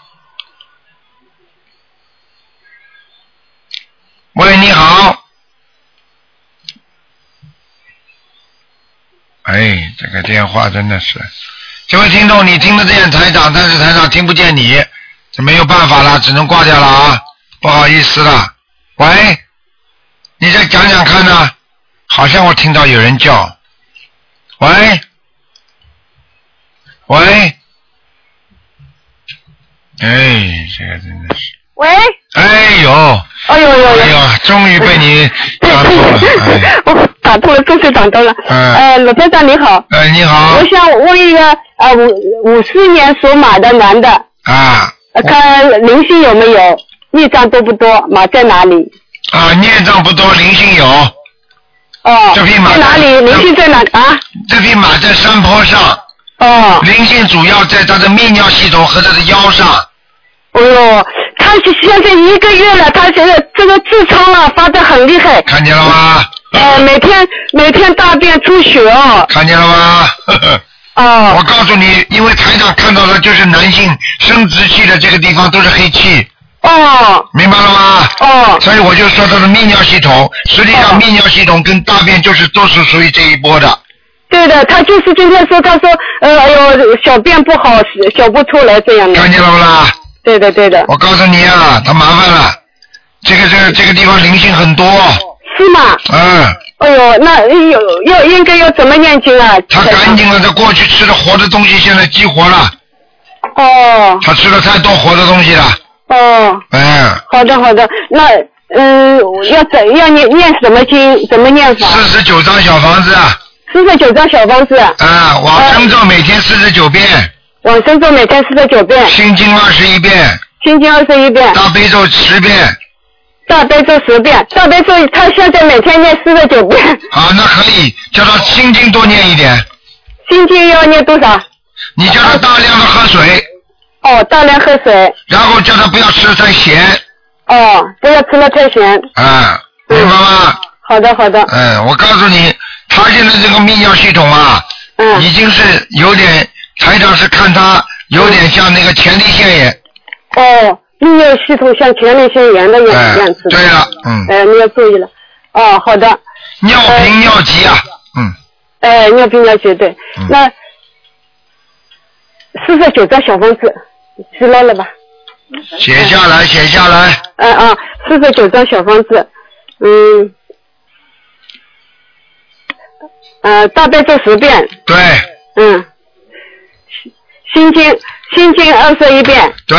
Speaker 1: 喂，你好。哎，这个电话真的是，这位听众，你听得见台长，但是台长听不见你，这没有办法了，只能挂掉了啊，不好意思了。喂，你再讲讲看呢、好像我听到有人叫，喂，喂，哎，这个真的是，
Speaker 3: 喂，
Speaker 1: 哎呦，
Speaker 3: 哎呦呦
Speaker 1: 哎
Speaker 3: 呦！
Speaker 1: 呦，终于被你打住了，哎，
Speaker 10: 我打通了，终于打通了。
Speaker 1: 嗯
Speaker 10: 呃，罗台长你好，
Speaker 1: 哎，你好
Speaker 10: 我，想问一个呃五五四年属马的男的，
Speaker 1: 啊
Speaker 10: 呃看灵性有没有，孽障多不多，马在哪里？
Speaker 1: 啊，孽障不多，灵性有，
Speaker 10: 哦，
Speaker 1: 这匹马
Speaker 10: 在哪里？灵性在哪啊？
Speaker 1: 这匹马在山坡上，
Speaker 10: 哦，
Speaker 1: 灵性主要在它的泌尿系统和它的腰上，
Speaker 10: 哎呦，他现在一个月了，他现在这个痔疮啊发的很厉害，
Speaker 1: 看见了吗？
Speaker 10: 呃，每天每天大便出血哦，
Speaker 1: 看见了吗？呵呵。我
Speaker 10: 哦，
Speaker 1: 告诉你，因为台长看到的就是男性生殖器的这个地方都是黑气，
Speaker 10: 哦，
Speaker 1: 明白了吗？
Speaker 10: 哦，
Speaker 1: 所以我就说他的泌尿系统，实际上泌尿系统跟大便就是都是属于这一波的，
Speaker 10: 对的，他就是今天说，他说，呃，哎呦，小便不好，小不出来
Speaker 3: 嗯
Speaker 10: 这样的。
Speaker 1: 看见了不啦？
Speaker 10: 对的，对的，
Speaker 1: 我告诉你啊，他麻烦了，这个这个这个地方灵性很多，
Speaker 10: 是吗？
Speaker 1: 嗯，
Speaker 10: 哎呦，那有要应该要怎么念经啊？
Speaker 1: 他赶紧了，他过去吃的活的东西现在激活了，
Speaker 10: 哦
Speaker 3: 哦
Speaker 1: 他吃了太多活的东西了，
Speaker 10: 哦，
Speaker 1: 嗯，
Speaker 10: 好的好的，那
Speaker 3: 嗯，要怎要念念什么经，怎么念法？
Speaker 1: 四十九张小房子啊，
Speaker 3: 四十九张小方子，
Speaker 1: 啊，往生咒每天四十九遍，
Speaker 3: 往生咒每天四十九遍，
Speaker 1: 心经二十一遍，
Speaker 3: 心经二十一遍，
Speaker 1: 大悲咒十遍。
Speaker 3: 大悲咒十遍，大悲咒他现在每天念四十九遍，
Speaker 1: 好，那可以叫他心经多念一点，
Speaker 3: 心经要念多少？
Speaker 1: 你叫他大量的喝水，
Speaker 3: 哦，大量喝水，
Speaker 1: 然后叫他不要吃太咸，
Speaker 3: 哦，不要吃了太咸。
Speaker 1: 啊，明白吗？
Speaker 3: 好的，好的，
Speaker 1: 嗯，我告诉你，他现在这个泌尿系统啊，
Speaker 3: 嗯，
Speaker 1: 已经是有点，台长是看他有点像那个前列腺炎，
Speaker 3: 哦，泌尿系统像前列腺炎的
Speaker 1: 哎
Speaker 3: 样样子。，
Speaker 1: 对了，嗯，
Speaker 3: 哎，你要注意了。哦，好的，
Speaker 1: 尿频尿急啊，嗯，
Speaker 3: 哎，尿频尿绝对。
Speaker 1: 嗯
Speaker 3: 那四十九张小方子，知道了吧？
Speaker 1: 写下来，写下来，
Speaker 3: 哎啊，四十九张小方子，嗯，呃，大悲咒十遍，
Speaker 1: 对
Speaker 3: 嗯，心经心经二十一遍，
Speaker 1: 对，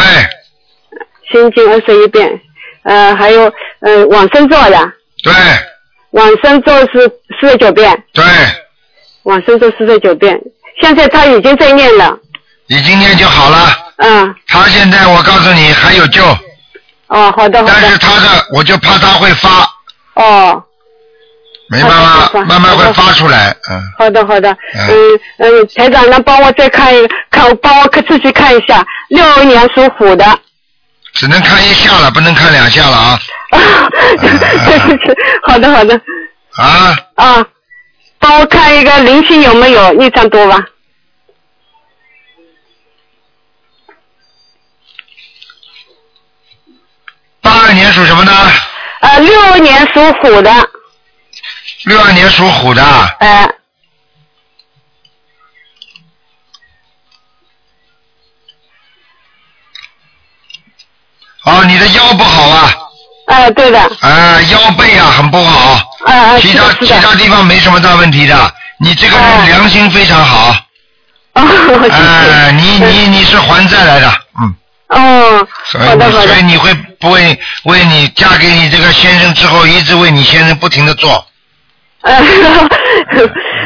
Speaker 3: 心经二十一遍，呃，还有呃往生咒呀，
Speaker 1: 对
Speaker 3: 往生咒是四十九遍，
Speaker 1: 对，
Speaker 3: 往生咒四十九遍，现在他已经在念了，
Speaker 1: 已经念就好了。
Speaker 3: 嗯，
Speaker 1: 他现在我告诉你还有救，
Speaker 3: 哦，好的好
Speaker 1: 但是
Speaker 3: 的，
Speaker 1: 他的我就怕他会发，
Speaker 3: 哦，
Speaker 1: 明白吗
Speaker 3: 好的好？的
Speaker 1: 慢慢会发出来，嗯。
Speaker 3: 好的好的，
Speaker 1: 嗯
Speaker 3: 嗯嗯，台长呢帮我再看一看，帮我自己看一下，六二年属虎的。
Speaker 1: 只能看一下了，不能看两下了啊！
Speaker 3: 啊， 对不起，好的好的
Speaker 1: 啊，
Speaker 3: 啊，帮我看一个灵性有没有一张多吧？
Speaker 1: 八二年属什么呢？
Speaker 3: 呃，六二年属虎的，
Speaker 1: 六二年属虎的，
Speaker 3: 呃，
Speaker 1: 哦，你的腰不好啊，
Speaker 3: 呃，对的，
Speaker 1: 啊，腰背啊很不好，
Speaker 3: 呃，
Speaker 1: 其
Speaker 3: 是
Speaker 1: 他
Speaker 3: 的，
Speaker 1: 其
Speaker 3: 是的，
Speaker 1: 他地方没什么大问题的，你这个
Speaker 3: 哎
Speaker 1: 良心非常好，
Speaker 3: 哦，谢
Speaker 1: 哎，
Speaker 3: 谢，
Speaker 1: 你你你是还债来的，嗯，
Speaker 3: 哦，
Speaker 1: 所以
Speaker 3: 好的
Speaker 1: 你
Speaker 3: 好
Speaker 1: 所以
Speaker 3: 的，
Speaker 1: 你会不会为你嫁给你这个先生之后，一直为你先生不停的做，
Speaker 3: 呃，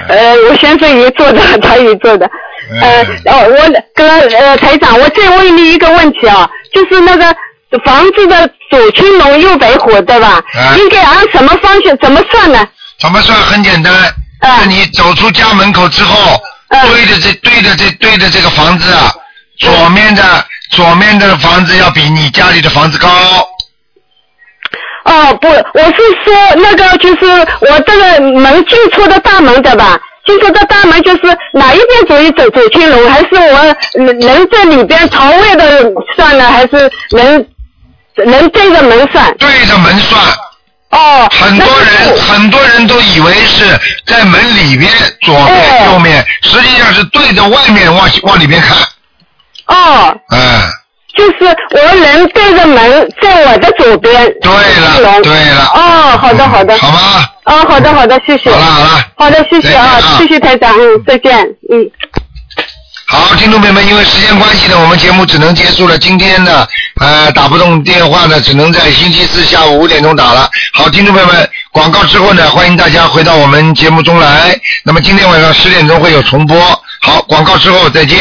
Speaker 3: 呃，我先生也做的， 他也做的。
Speaker 1: 嗯
Speaker 3: 呃，哦，我跟呃台长，我再问你一个问题啊，就是那个房子的左青龙右白虎，对吧？
Speaker 1: 哎
Speaker 3: 应该按什么方向怎么算呢？
Speaker 1: 怎么算很简单，
Speaker 3: 哎
Speaker 1: 是你走出家门口之后，
Speaker 3: 哎
Speaker 1: 对着这对着这对着这个房子啊，
Speaker 3: 嗯
Speaker 1: 左面的左面的房子要比你家里的房子高，
Speaker 3: 哦，不，我是说那个就是我这个门进出的大门对吧？进出的大门就是哪一边走一走走青龙，还是我人人在里边朝外的算呢，还是人人对着门算？
Speaker 1: 对着门算。
Speaker 3: 哦，
Speaker 1: 很
Speaker 3: 那
Speaker 1: 多
Speaker 3: 是
Speaker 1: 人很多人都以为是在门里边左面
Speaker 3: 哎
Speaker 1: 右面，实际上是对着外面往往里边看，
Speaker 3: 哦，
Speaker 1: 嗯，
Speaker 3: 就是我人对着门，在我的左边。
Speaker 1: 对
Speaker 3: 青
Speaker 1: 了
Speaker 3: 龙
Speaker 1: 对了，
Speaker 3: 哦，好的好的
Speaker 1: 嗯，好吗？
Speaker 3: 哦，好的好的，谢谢
Speaker 1: 好。了好了。
Speaker 3: 好的，谢谢啊
Speaker 1: 再见啊，
Speaker 3: 谢谢台长，嗯，再见，嗯。
Speaker 1: 好，听众朋友们，因为时间关系呢，我们节目只能结束了。今天呢，呃，打不动电话呢，只能在星期四下午五点钟打了。好，听众朋友们，广告之后呢，欢迎大家回到我们节目中来。那么今天晚上十点钟会有重播。好，广告之后再见。